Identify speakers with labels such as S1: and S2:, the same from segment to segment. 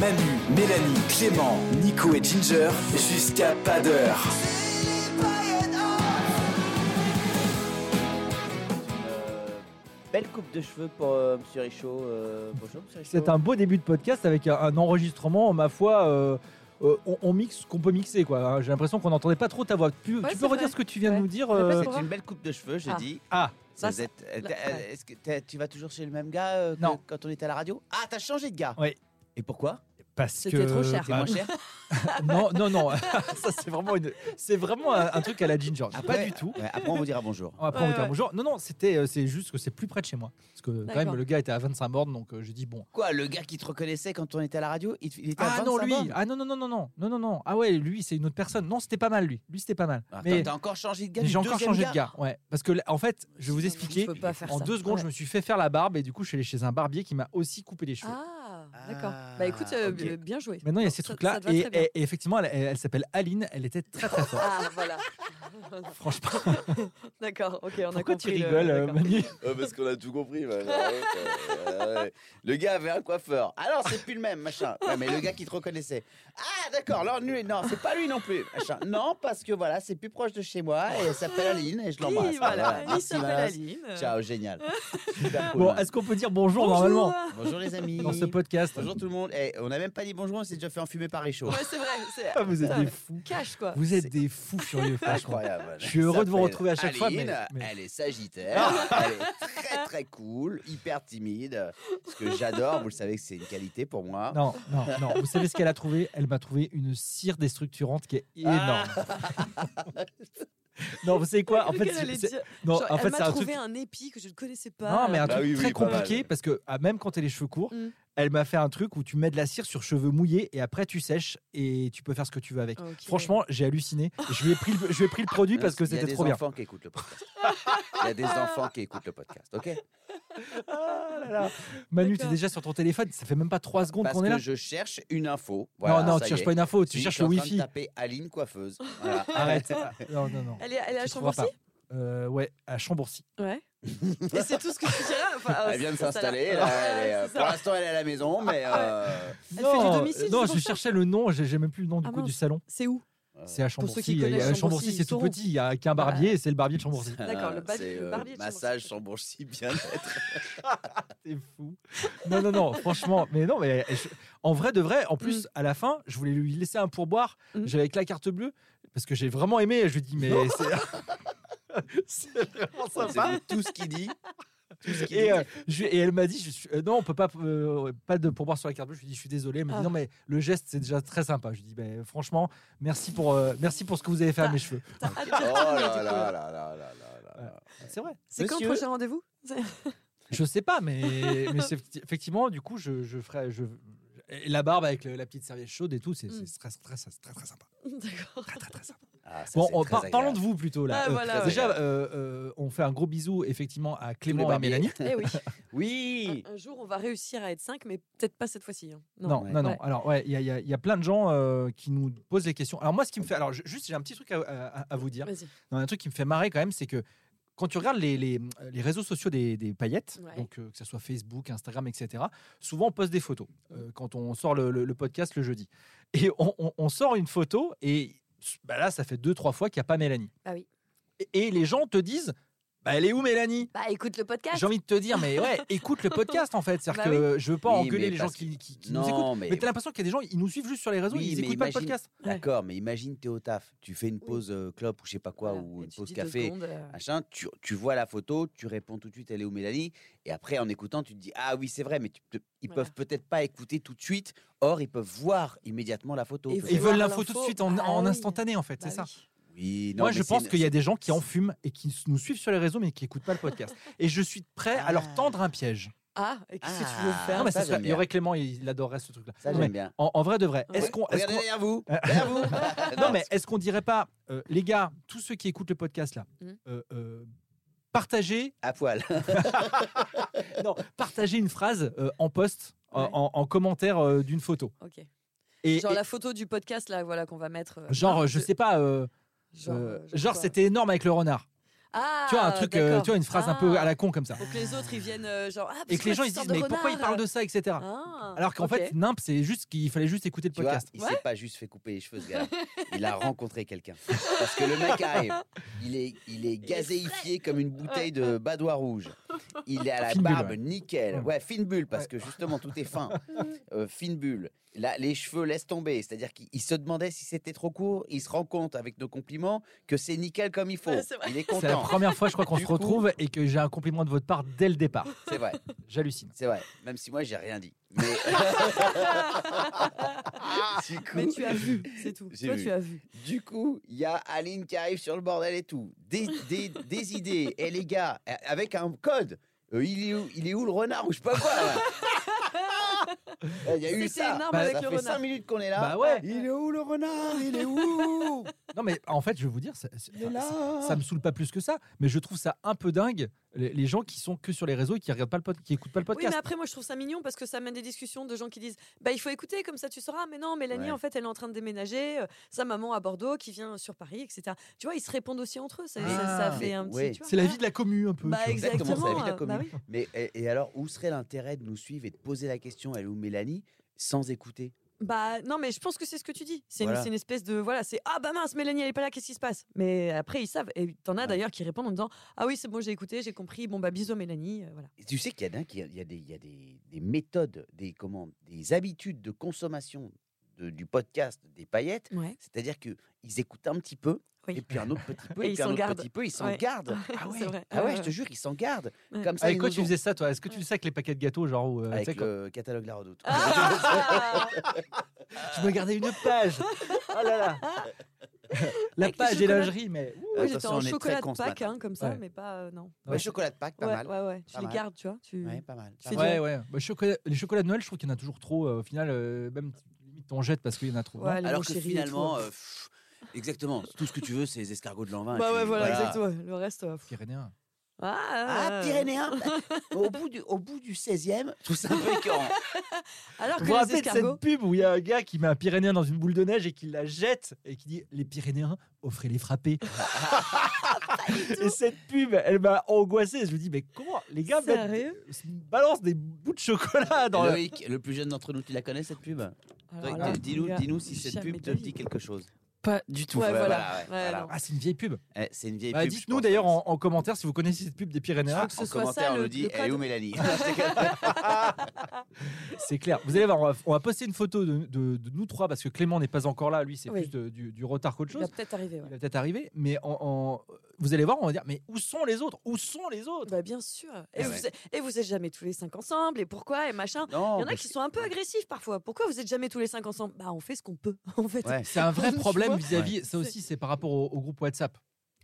S1: Manu, Mélanie, Clément, Nico et Ginger, jusqu'à pas d'heure.
S2: Euh, Belle coupe de cheveux pour euh, Monsieur Richaud. euh, bonjour Monsieur Richaud.
S3: C'est un beau début de podcast avec un, un enregistrement, ma foi. euh, euh, on, on mixe ce qu'on peut mixer, quoi. hein. J'ai l'impression qu'on n'entendait pas trop ta voix. Tu, tu
S4: Ouais,
S3: peux
S4: c'est
S3: redire
S4: vrai.
S3: ce que tu viens de
S4: Ouais.
S3: nous dire
S4: est pas
S3: euh,
S4: sur-
S2: C'est une belle coupe de cheveux, j'ai
S4: Ah.
S2: dit.
S3: Ah,
S2: Ça,
S4: Ça,
S2: vous êtes- euh, t'as-
S4: là, ouais.
S2: euh, Est-ce que t'as- tu vas toujours chez le même gars euh, que
S3: Non.
S2: quand on était à la radio Ah, t'as changé de gars
S3: Oui.
S2: Et pourquoi
S3: parce que.
S4: C'était trop cher.
S2: C'est moins cher
S3: Ah, Non, non, non. Ça, c'est vraiment, une... c'est vraiment un, un truc à la Ginger. Pas
S2: Après-
S3: du tout.
S2: Ah, Ouais, Après, on vous dira bonjour.
S3: On va prendre
S4: Ouais,
S3: le terme
S4: ouais.
S3: au genre. Non, non, c'était, euh, c'est juste que c'est plus près de chez moi. Parce que quand même,
S4: D'accord.
S3: le gars était à 25 bornes, donc euh, j'ai dit bon.
S2: Quoi, le gars qui te reconnaissait quand on était à la radio il, il était à
S3: Ah non,
S2: 25
S3: lui
S2: bornes
S3: Ah non, non, non, non, non, non, non, non. Ah ouais, lui, c'est une autre personne. Non, c'était pas mal, lui. Lui, c'était pas mal.
S2: Ah, Attends,
S3: mais
S2: T'as encore changé de gars
S3: mais
S2: du
S3: j'ai encore
S2: deuxième
S3: changé de gars. Ouais. Parce que, là, en fait, je vais vous expliquer.
S4: Je peux pas faire
S3: En
S4: ça.
S3: deux secondes,
S4: Ouais.
S3: je me suis fait faire la barbe et du coup, je suis allé chez un barbier qui m'a aussi coupé les cheveux.
S4: Ah,
S2: Ah,
S4: d'accord. Bah écoute, euh,
S2: ok.
S4: bien joué.
S3: Maintenant, il y a ces
S4: Ça-
S3: trucs-là.
S4: ça te va
S3: Et,
S4: très bien.
S3: et- et effectivement, elle, elle- elle s'appelle Aline. Elle était très très forte.
S4: Ah, voilà.
S3: Franchement,
S4: D'accord, ok, on a
S3: pourquoi tu
S4: compris. le-
S3: rigoles, euh,
S4: d'accord.
S3: Manu
S2: Ouais, parce qu'on a tout compris. bah, ouais, ouais, ouais. Le gars avait un coiffeur. Alors, c'est plus le même, machin. Ouais, mais le gars qui te reconnaissait. Ah, d'accord. Alors, lui, non, c'est pas lui non plus. Machin. Non, parce que voilà, c'est plus proche de chez moi et elle s'appelle Aline et je
S4: Oui,
S2: l'embrasse.
S4: voilà, il
S2: merci,
S4: s'appelle
S2: Manas.
S4: Aline.
S2: Ciao, génial. Super cool.
S3: Bon, est-ce qu'on peut dire bonjour, normalement
S2: Bonjour les amis.
S3: dans ce podcast
S2: Bonjour tout le monde. Eh, on n'a même pas dit bonjour, on s'est déjà fait enfumer par les chauds.
S4: Ouais, c'est vrai, c'est
S3: Ah, Vous êtes des fous.
S4: cash quoi.
S3: Vous êtes des fous furieux, franchement.
S2: Incroyable.
S3: Je suis heureux de vous
S2: Elle
S3: retrouver à chaque fois, mais-
S2: Aline,
S3: mais-
S2: Elle est sagittaire, elle est très très cool, hyper timide. Ce que j'adore, vous le savez que c'est une qualité pour moi.
S3: Non, non, non. Vous savez ce qu'elle a trouvé Elle m'a trouvé une cire déstructurante qui est
S4: Ah,
S3: énorme. non, vous savez quoi En fait,
S4: Lequel elle
S3: c'est-
S4: est
S3: c'est-
S4: dire-
S3: non,
S4: Genre,
S3: en
S4: elle
S3: fait,
S4: m'a
S3: c'est un
S4: trouvé
S3: truc.
S4: un épi que je ne connaissais pas.
S3: Non, mais un
S2: Bah
S3: truc
S2: oui, oui,
S3: très
S2: pas mal.
S3: compliqué parce que ah, même quand t'as les cheveux courts,
S4: Mm.
S3: elle m'a fait un truc où tu mets de la cire sur cheveux mouillés et après tu sèches et tu peux faire ce que tu veux avec.
S4: Ok.
S3: Franchement, j'ai halluciné. Je lui ai pris le, je lui ai pris le produit parce que c'était trop
S2: Il y a des
S3: bien.
S2: enfants qui écoutent le podcast. Il y a des enfants qui écoutent le podcast, ok
S3: Ah là là. Manu, t'es
S4: D'accord.
S3: déjà sur ton téléphone, ça fait même pas trois secondes
S2: Parce
S3: qu'on est
S2: que
S3: là.
S2: je cherche une info. Voilà,
S3: non, non,
S2: ça
S3: tu
S2: y
S3: cherches
S2: est.
S3: pas une info, tu
S2: Si,
S3: cherches
S2: je
S3: le
S2: suis en train de
S3: wifi.
S2: taper Aline coiffeuse. Voilà.
S3: Arrête. Non, non, non.
S4: Elle est, elle est à
S3: Tu trouveras
S4: Chambourcy
S3: pas. Euh, ouais, à Chambourcy.
S4: Ouais. Et c'est tout ce que tu diras enfin,
S3: Oh,
S4: euh,
S2: Elle vient de
S4: ça- ça-
S2: s'installer.
S4: Ouais,
S2: là, elle est, euh,
S4: c'est
S2: Pour
S4: ça.
S2: l'instant, elle est à la maison, mais. euh,
S4: Elle fait du domicile,
S3: non,
S4: c'est
S3: je
S4: pour ça
S3: cherchais le nom, j'ai j'ai même plus le nom du
S4: Ah
S3: coup du
S4: mince.
S3: salon.
S4: C'est où
S3: C'est à
S4: Pour
S3: Chambourcy.
S4: ceux qui
S3: Il y a-
S4: connaissent
S3: Chambourcy,
S4: Chambourcy,
S3: c'est
S4: ils
S3: tout
S4: sauront.
S3: petit. Il y a qu'un barbier et c'est le barbier de Chambourcy.
S4: D'accord, le bad-
S2: c'est,
S4: le
S2: euh,
S4: barbier de
S2: massage sans boursier bien-être.
S3: T'es fou. Non, non, non, franchement. Mais non, mais je- en vrai de vrai, en plus, à la fin, je voulais lui laisser un pourboire.
S4: Mm.
S3: J'avais que la carte bleue parce que j'ai vraiment aimé. Je lui dis, mais c'est- c'est vraiment
S2: C'est
S3: sympa.
S2: donc tout ce qu'il dit. Tout ce qu'il dit.
S3: Et, euh, je- et elle m'a dit, je suis- euh, non, on peut pas, euh, pas de pourboire sur la carte bleue. Je lui dis, je suis désolé. Elle m'a dit,
S4: Ah.
S3: non, mais le geste, c'est déjà très sympa. Je lui dis, ben, franchement, merci pour, euh, merci pour ce que vous avez fait à
S4: Ah.
S3: mes cheveux.
S4: T'as hâte
S2: Oh
S4: de dire
S2: là
S4: tout,
S2: là
S4: du coup.
S2: là là là là là là.
S3: C'est vrai.
S4: C'est quand le
S2: Monsieur-
S4: prochain rendez-vous
S3: Je sais pas, mais, mais c'est effecti- effectivement, du coup, je, je ferai. Je, et la barbe avec le- la petite serviette chaude et tout, c'est
S4: Mm.
S3: c'est très, très, très, très, très sympa.
S4: D'accord.
S3: Très, très, très sympa.
S2: Ah, ça,
S3: bon,
S2: c'est
S3: on-
S2: très
S3: par-
S2: agréable.
S3: parlons de vous plutôt là.
S4: Ah,
S3: Euh,
S4: voilà,
S2: ouais.
S3: déjà, euh, euh, on fait un gros bisou effectivement à Clément et
S2: barbiers.
S3: Mélanie.
S4: Eh oui.
S2: Oui.
S3: Ah,
S4: Un, un jour, on va réussir à être 5, mais peut-être pas cette fois-ci. hein.
S3: Non, non,
S2: Ouais.
S3: non.
S4: Ouais.
S3: Alors, ouais, il y, a- il y a- il y a plein de gens euh, qui nous posent des questions. Alors moi, ce qui me fait, alors je- juste, j'ai un petit truc à, à- à vous dire.
S4: Vas-y.
S3: Non, un truc qui me fait marrer quand même, c'est que quand tu regardes les, les- les réseaux sociaux des, des paillettes,
S4: Ouais.
S3: donc euh, que ce soit Facebook, Instagram, etc., souvent on poste des photos euh, quand on sort le, le- le podcast le jeudi. Et on, on- on sort une photo et bah là, ça fait deux, trois fois qu'il n'y a pas Mélanie.
S4: Ah oui.
S3: Et, et les gens te disent Bah, elle est où, Mélanie
S4: Bah écoute le podcast.
S3: J'ai envie de te dire, mais ouais, écoute le podcast en fait. C'est-à-dire
S4: Bah
S3: que je veux pas
S2: Oui, mais
S3: engueuler les gens
S2: parce que-
S3: qui, qui- qui
S2: Non,
S3: nous écoutent.
S2: mais-
S3: Mais, t'as l'impression qu'il y a des gens, ils nous suivent juste sur les réseaux,
S2: Oui,
S3: ils
S2: mais
S3: écoutent pas le
S2: imagine-
S3: podcast.
S2: D'accord, mais imagine, t'es au taf, tu fais une
S4: Oui.
S2: pause euh, clope ou je sais pas quoi,
S4: Voilà.
S2: ou
S4: Et
S2: une
S4: tu
S2: pause
S4: dis deux
S2: café,
S4: secondes, euh,
S3: Ah,
S2: machin, tu, tu vois la photo, tu réponds tout de suite, elle est où Mélanie Et après, en écoutant, tu te dis, ah oui, c'est vrai, mais tu te- ils
S4: Voilà.
S2: peuvent peut-être pas écouter tout de suite, or ils peuvent voir immédiatement la photo.
S4: Et
S2: peut-être.
S3: Ils
S4: voir
S3: veulent l'info
S4: l'info.
S3: tout de suite en,
S4: Bah
S3: en
S4: oui.
S3: instantané en fait,
S4: bah
S3: c'est ça.
S4: oui.
S2: Oui, non,
S3: Moi,
S2: mais
S3: je
S2: c'est
S3: pense
S2: une-
S3: qu'il y a des gens qui en fument et qui s- nous suivent sur les réseaux mais qui écoutent pas le podcast. Et je suis prêt à leur
S2: Ah.
S3: tendre un piège.
S4: Ah, et qu'est-ce que tu veux
S2: Ah,
S4: faire
S3: non, mais
S2: ça,
S3: ça serait-
S2: j'aime
S3: il y aurait Clément, il il adorerait ce truc-là.
S2: Ça,
S3: Non,
S2: j'aime
S3: mais
S2: bien.
S3: en, en vrai de vrai, est-ce
S4: Ouais.
S3: qu'on. est-ce
S2: Regardez
S3: qu'on-
S2: derrière vous Derrière vous
S3: Non, mais est-ce qu'on dirait pas, euh, les gars, tous ceux qui écoutent le podcast là,
S4: Mhm.
S3: euh, euh, partagez
S2: À poil.
S3: Non, partagez une phrase euh, en post, en-
S4: Ouais.
S3: en, en commentaire euh, d'une photo.
S4: Ok.
S3: Et,
S4: Genre
S3: et-
S4: la photo du podcast là, voilà qu'on va mettre. euh,
S3: genre,
S4: marque
S3: je
S4: de-
S3: sais pas, euh, euh,
S4: euh,
S3: genre,
S4: quoi.
S3: c'était énorme avec le renard.
S4: Ah,
S3: tu vois, un truc, euh,
S4: d'accord.
S3: tu vois, une phrase un peu à la con comme ça.
S4: Ah. Pour que les autres ils viennent euh, genre. Ah,
S3: Et que les gens ils se disent, mais pourquoi ils parlent de ça, etc.
S4: ça
S3: Alors qu'en fait, nimp, c'est juste qu'il fallait juste écouter le
S2: Tu vois,
S3: podcast.
S2: il s'est pas juste fait couper les cheveux, ce gars Il a rencontré quelqu'un. Parce que le mec arrive. Il est, il est gazéifié comme une bouteille de badois rouge. Il est à la
S3: Fine bulle,
S2: barbe
S3: ouais.
S2: nickel.
S3: Mm.
S2: Ouais, fine bulle, parce
S3: Ouais.
S2: que justement, tout est fin. Euh, fine bulle. Là, les cheveux laissent tomber. C'est-à-dire qu'il il se demandait si c'était trop court. Il se rend compte, avec nos compliments, que c'est nickel comme il faut.
S4: Ouais, c'est vrai.
S2: il est
S3: C'est la
S2: content.
S3: première fois, je crois, qu'on
S2: Du
S3: se
S2: coup-
S3: retrouve et que j'ai un compliment de votre part dès le départ.
S2: C'est vrai,
S3: J'hallucine.
S2: c'est vrai. Même si moi, j'ai rien dit. Mais. Du coup-
S4: Ah. Mais tu as vu, c'est tout.
S2: J'ai
S4: Toi
S2: vu.
S4: tu as vu.
S2: Du coup, il y a Aline qui arrive sur le bordel et tout. Des, des, des idées. Et les gars, euh, avec un code. Euh, il, est où, il est où le renard ou je sais pas quoi là Ah Il y a eu
S4: C'était
S2: ça.
S4: énorme
S3: Bah,
S4: avec
S2: ça
S4: le
S2: fait
S4: renard.
S2: 5 minutes qu'on est là.
S3: Bah ouais.
S2: Il est où le renard Il est où
S3: Non, mais en fait, je vais vous dire, c'est- c'est-
S2: Il est
S3: enfin,
S2: là.
S3: ça me saoule pas plus que ça, mais je trouve ça un peu dingue les, les gens qui sont que sur les réseaux et qui regardent pas le pod- qui écoutent pas le
S4: Oui, mais
S3: podcast.
S4: après, moi, je trouve ça mignon parce que ça mène des discussions de gens qui disent bah, il faut écouter, comme ça tu sauras. Mais non, Mélanie,
S2: Ouais.
S4: en fait, elle est en train de déménager, euh, sa maman à Bordeaux qui vient sur Paris, etc. Tu vois, ils se répondent aussi entre eux. Ça, ça-
S2: Ah.
S4: ça fait
S2: Mais
S4: un petit.
S2: ouais.
S4: tu vois,
S3: C'est la
S4: voilà.
S3: vie de la commu un peu.
S4: Bah,
S3: tu vois.
S4: exactement.
S2: Exactement, c'est la vie de la
S4: euh, bah
S2: commune.
S4: oui.
S2: Mais et, et alors, où serait l'intérêt de nous suivre et de poser la question Elle est où Mélanie sans écouter
S4: Bah, non, mais je pense que c'est ce que tu dis. C'est une-
S2: Voilà.
S4: c'est une, espèce de. Voilà, c'est Ah, bah mince, Mélanie, elle est pas là, qu'est-ce qui se passe Mais après, ils savent. Et t'en as
S2: Ouais.
S4: d'ailleurs qui répondent en disant Ah oui, c'est bon, j'ai écouté, j'ai compris. Bon, bah, bisous, Mélanie. euh, voilà.
S2: Et Tu sais qu'il y en a, qui- il y a, des, il y a des, des méthodes, des, comment, des habitudes de consommation de- du podcast des paillettes
S4: Ouais.
S2: C'est-à-dire que ils écoutent un petit peu,
S4: Oui.
S2: et puis un autre petit peu,
S4: Et
S2: et,
S4: ils
S2: puis un
S4: s'en
S2: autre
S4: gardent.
S2: petit peu, ils s'en
S4: Ouais.
S2: gardent.
S3: Ah ouais.
S4: c'est vrai.
S2: Ah ouais, je te jure, ils s'en gardent.
S4: Ouais.
S2: Comme ça,
S3: Avec
S2: ils
S3: quoi
S2: nous
S3: tu
S2: ont-
S3: faisais ça, toi Est-ce que tu faisais ça avec les paquets de gâteaux, genre où, euh, tu sais,
S2: Avec
S3: quand-
S2: le catalogue La Redoute.
S4: Ah
S3: je me gardais une page. Oh là là. La
S4: Avec les
S3: page et
S4: chocolats.
S3: lingerie, mais
S4: Oui, j'étais
S2: Attention,
S4: en
S2: on est très
S4: chocolat
S2: cons
S4: de
S2: ce
S4: Pâques,
S2: matin.
S4: hein, comme ça,
S3: Ouais.
S4: mais pas. euh, non.
S2: Ouais, chocolat de Pâques, pas
S4: ouais,
S2: mal.
S4: Ouais, ouais, tu
S2: Pas
S4: les
S2: mal.
S4: gardes, tu vois. Tu...
S2: Ouais, pas mal.
S4: Tu
S2: pas
S4: fais
S2: mal.
S4: du-
S3: ouais, ouais. Bah, chocolat- Les chocolats de Noël, je trouve qu'il y en a toujours trop. euh, au final, euh, même limite on jette parce qu'il y en a trop. Hein, non
S4: Ouais, les
S2: Alors
S4: bons
S2: que
S4: chéris et
S2: finalement,
S4: tout.
S2: euh, pff, exactement, tout ce que tu veux, c'est les escargots de l'an 20. et
S4: bah
S2: puis
S4: ouais, voilà,
S2: voilà.
S4: exactement. Le reste. euh, pff.
S3: Pyrénéen.
S4: Ah,
S2: Ah,
S4: euh,
S2: Pyrénéen au, bout du, au bout du 16e, tout ça un peu écœurant.
S4: euh, Alors que
S3: Vous vous
S4: les
S3: rappelez de cette
S4: escargots.
S3: pub où il y a un gars qui met un Pyrénéen dans une boule de neige et qui la jette et qui dit Les Pyrénéens, offrez-les frapper. et cette pub, elle m'a angoissé. Je me dis Mais comment Les gars mettent-
S4: Sérieux
S3: balancent des bouts de chocolat dans. le-
S2: Loïc, le plus jeune d'entre nous, tu la connais cette pub
S4: Alors
S2: Toi,
S4: là,
S2: dis- Dis-nous
S4: les Ah, gars,
S2: dis-nous si cette
S4: jamais
S2: pub
S4: de
S2: te
S4: la vie.
S2: dit quelque chose.
S4: Pas
S1: Du tout.
S4: Ouais,
S2: Ouais,
S4: voilà.
S2: voilà, ouais,
S4: Ouais,
S2: voilà.
S4: non.
S3: Ah, c'est une vieille pub.
S2: Eh, C'est une vieille
S3: Bah,
S2: pub. je
S3: Dites-nous
S2: pense, hein.
S3: d'ailleurs
S2: Loïc.
S3: en, en commentaire si vous connaissez cette pub des Pyrénéens.
S4: que
S2: Ah, en
S4: ce soit ça,
S2: commentaire, on
S4: le-
S2: nous dit
S4: le
S2: Elle est où
S4: code.
S2: Mélanie
S3: C'est clair. Vous allez voir, on va, on va poster une photo de, de- de nous trois parce que Clément n'est pas encore là. Lui, c'est
S4: Oui.
S3: plus de- du, du retard qu'autre
S4: Il va
S3: chose.
S4: peut-être arriver. ouais.
S3: Il va peut-être arriver, mais en- en- vous allez voir, on va dire Mais où sont les autres Où sont les autres
S4: Bah, bien sûr.
S2: Ah
S4: Et, vous,
S2: ouais. Oh,
S4: êtes- et vous êtes jamais tous les cinq ensemble, et pourquoi, et machin.
S2: Non,
S4: Il y en a
S2: mais
S4: qui
S2: c'est-
S4: sont un peu agressifs parfois. Pourquoi vous êtes jamais tous les cinq ensemble Bah, on fait ce qu'on peut, en fait.
S2: Ouais.
S3: C'est un vrai
S4: Tu
S3: problème
S4: vois
S3: vis-à-vis. Ça aussi, c'est par rapport au, au groupe WhatsApp.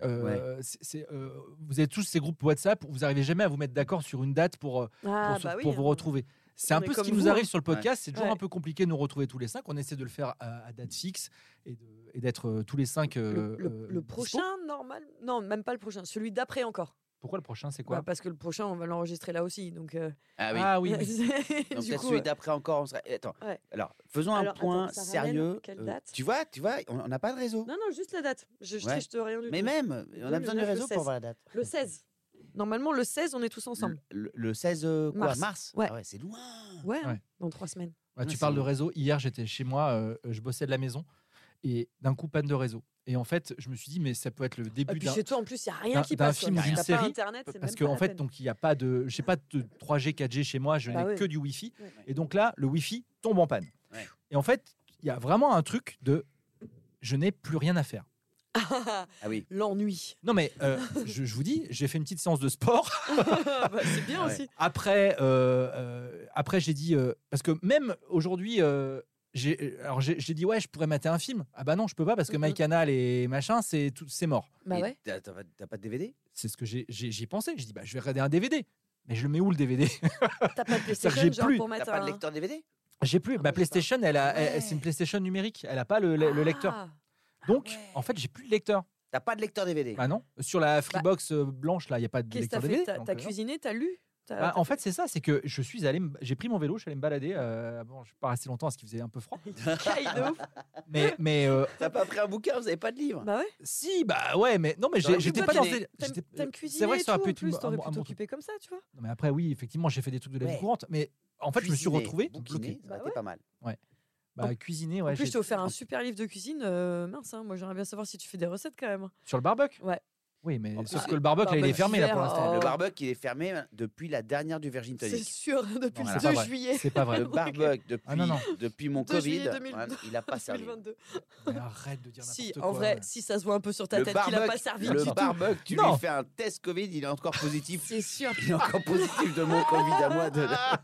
S3: Euh, c'est- c'est, euh, vous avez tous ces groupes WhatsApp où vous n'arrivez jamais à vous mettre d'accord sur une date pour, euh, pour,
S4: Ah,
S3: se-
S4: bah oui,
S3: pour vous
S4: hein.
S3: retrouver. C'est un
S4: On est
S3: peu ce qui
S4: comme
S3: nous
S4: vous, hein.
S3: arrive sur le podcast. C'est toujours
S4: Ouais.
S3: un peu compliqué de nous retrouver tous les cinq. On essaie de le faire à, à date fixe et de- et d'être euh, tous les cinq.
S4: Le,
S3: euh,
S4: le-
S3: euh, dispo.
S4: le prochain, normal. Non, même pas le prochain. Celui d'après encore.
S3: Pourquoi le prochain C'est quoi
S4: Bah, Parce que le prochain, on va l'enregistrer là aussi. Donc, euh,
S2: Ah oui.
S3: Ah oui, oui.
S4: c'est-
S2: Donc
S4: du
S2: peut-être
S4: coup,
S2: celui
S4: euh,
S2: d'après encore. On serait... Attends.
S4: Ouais.
S2: Alors, faisons
S4: Alors,
S2: un
S4: attends,
S2: point
S4: ça ramène
S2: sérieux.
S4: quelle
S2: Euh,
S4: date
S2: tu vois, tu vois, on on n'a pas de réseau.
S4: Non, non, juste la date. Je, je
S2: Ouais.
S4: triche de rien du
S2: Mais
S4: tout.
S2: même, on
S4: Oui,
S2: a besoin
S4: le
S2: du
S4: neuf, le
S2: réseau
S4: 16.
S2: pour voir la date.
S4: Le 16. Normalement, le 16, on est tous ensemble.
S2: Le, le 16 euh, quoi
S4: Mars.
S2: Mars.
S4: Ouais.
S2: Ah ouais, c'est loin.
S4: Ouais, hein,
S3: Ouais.
S4: dans trois semaines.
S3: Ouais,
S2: Ouais,
S3: Bah, tu
S2: c'est
S3: parles de
S2: vrai.
S3: réseau. Hier, j'étais chez moi, euh, je bossais de la maison et d'un coup, panne de réseau. Et en fait, je me suis dit, mais ça peut être le
S4: Et
S3: début
S4: Ah, puis
S3: d'un.
S4: chez toi, en plus, il n'y a
S3: d'un-
S4: rien qui
S3: d'un
S4: passe.
S3: film ou
S4: quoi.
S3: d'une
S4: T'as pas
S3: série,
S4: Internet, c'est
S3: Parce
S4: même
S3: que
S4: pas
S3: en
S4: la
S3: fait,
S4: peine.
S3: donc il n'y a pas de, j'ai pas de 3G, 4G chez moi, je
S4: Bah
S3: n'ai
S4: oui.
S3: que du Wi-Fi.
S4: Ouais.
S3: Et donc là, le Wi-Fi tombe en panne.
S2: Ouais.
S3: Et en fait, il y a vraiment un truc de, je n'ai plus rien à faire.
S2: Ah oui.
S4: L'ennui.
S3: Non mais euh, je, je vous dis, j'ai fait une petite séance de sport.
S4: Bah, c'est bien
S2: Ah ouais.
S4: aussi.
S3: Après, euh, euh, après j'ai dit euh, parce que même aujourd'hui, euh, j'ai alors j'ai j'ai dit ouais, je pourrais mater un film. Ah bah non, je peux pas parce que
S4: Mhm.
S3: MyCanal et machin, c'est tout, c'est mort.
S4: Bah
S2: Et
S4: ouais.
S2: T'as t'as pas, t'as pas de DVD
S3: C'est ce que j'ai j'ai- j'y ai pensé. J'ai dit bah je vais regarder un DVD. Mais je le mets où le DVD
S4: T'as pas de
S3: que
S4: PlayStation
S3: j'ai
S4: genre
S3: plus-
S4: pour
S2: T'as
S4: mettre
S2: pas de
S4: un.
S2: lecteur DVD
S3: J'ai plus. Ma
S4: Ah, mais je sais pas.
S3: PlayStation, elle a, elle-
S2: Ouais.
S3: c'est une PlayStation numérique. Elle a pas le, le- le lecteur.
S4: Ah.
S3: Donc
S2: ouais.
S3: en fait, j'ai plus de lecteur.
S2: T'as pas de lecteur DVD
S3: Bah non. Sur la Freebox euh, blanche là, il y a pas de
S4: Qu'est-ce que
S3: lecteur
S4: t'as
S3: DVD.
S4: fait T'as
S3: donc,
S4: t'as
S3: euh,
S4: cuisiné T'as lu T'as-
S3: Bah,
S4: Euh, t'as-
S3: en fait, c'est ça, c'est que je suis allé, me- j'ai pris mon vélo, je suis allé me balader. euh, bon, je suis pas resté longtemps parce qu'il faisait un peu froid.
S4: Caille de ouf.
S3: Mais, mais euh,
S2: T'as pas pris un bouquin, vous avez pas de livre
S4: Bah ouais.
S3: si, bah ouais, mais non, mais
S2: T'aurais
S3: j'ai-
S2: pu
S3: j'étais pas dans.
S2: cuisiner.
S3: ces-
S4: T'aimes-
S3: j'étais- euh,
S4: T'aimes cuisiner
S3: C'est vrai que ça
S4: et
S3: aurait pu
S4: tout, en
S3: être une-
S4: plus. T'aurais
S3: un-
S4: pu
S3: un bon
S4: t'occuper comme ça, tu vois.
S3: Non, mais après, oui, effectivement, j'ai fait des trucs de la vie
S2: Ouais.
S3: courante, mais en fait, je me suis
S2: Cuisiner,
S3: retrouvé
S2: Bouquiner,
S3: bloqué.
S2: ça aurait
S4: Bah
S2: été pas mal.
S3: Bah, cuisiner, ouais,
S4: en plus,
S3: j'ai-
S4: je t'ai offert un super livre de cuisine. euh, mince, hein, moi j'aimerais bien savoir si tu fais des recettes quand même.
S3: sur le barbecue.
S4: Ouais.
S3: Oui, mais
S2: En plus,
S3: sauf
S2: c'est-
S3: que le barbecue, là, il est
S4: barbecue
S3: fermé là pour
S4: hiver,
S3: l'instant.
S4: Oh.
S2: Le barbecue, il est fermé depuis la dernière du Virgin
S4: C'est
S2: Tonic.
S4: sûr, depuis
S3: Non,
S4: le
S3: c'est
S4: 2
S3: pas vrai.
S4: juillet.
S3: C'est pas vrai.
S4: Le
S2: Le barbecue, depuis,
S3: Ah non, non.
S2: depuis mon
S4: 2
S2: Covid,
S4: juillet
S2: hein,
S4: 2022.
S2: il a pas servi.
S4: 2022.
S3: Mais arrête de dire n'importe
S4: Si,
S3: quoi.
S4: en vrai, si ça se voit un peu sur ta
S2: Le
S4: tête qu'il a pas
S2: barbecue,
S4: servi.
S2: le
S4: du tout.
S2: barbecue, tu
S3: Non.
S2: lui fais un test Covid, il est encore positif.
S4: C'est sûr,
S2: Il est encore positif de mon Covid à moi. De...
S4: Ah.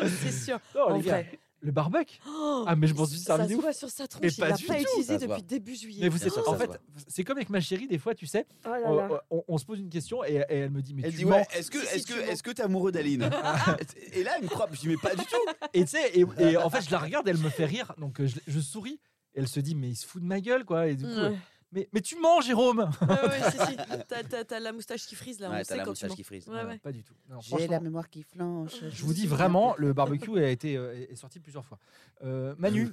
S4: c'est sûr.
S3: Non,
S4: en
S3: les gars,
S4: vrai.
S3: le barbecue.
S4: Oh,
S3: Ah, mais je m'en suis
S4: ça
S3: servi
S4: se
S3: de ouf.
S4: voit sur sa tronche. Il
S3: pas
S4: l'a
S3: du
S4: pas
S3: tout.
S4: utilisé
S2: Ça se voit.
S4: depuis début juillet.
S3: Mais vous
S2: Bien
S3: savez,
S2: sûr,
S3: en
S2: ça se
S3: fait,
S2: voit.
S3: c'est comme avec ma chérie, des fois, tu sais,
S4: Oh là
S3: on,
S4: là.
S3: on- on se pose une question et, et elle me dit, mais
S2: Elle
S3: tu
S2: dit
S3: mens. Ah.
S2: ouais, est-ce que
S4: Si, si,
S2: est-ce
S4: tu
S2: que
S4: mens.
S2: est-ce que t'es amoureux d'Aline Et là, elle me croit, je dis mais pas du tout.
S3: Et tu sais, et, et en fait, je la regarde, elle me fait rire, donc euh, je, je souris. Et elle se dit, mais il se fout de ma gueule, quoi. Et du coup, euh,
S4: Ouais.
S3: mais, mais tu mens, Jérôme
S4: Ah ouais, si, si. T'as- T'as t'as la moustache qui frise là. on
S2: Ouais,
S4: sait
S2: t'as la
S4: quand tu
S2: moustache
S4: mens.
S2: qui frise.
S4: Ouais, ouais.
S3: Pas du tout. Non,
S2: J'ai la
S3: franchement,
S2: mémoire qui flanche.
S3: je vous dis vraiment, le barbecue a été, euh, est est sorti plusieurs fois. Euh, Manu,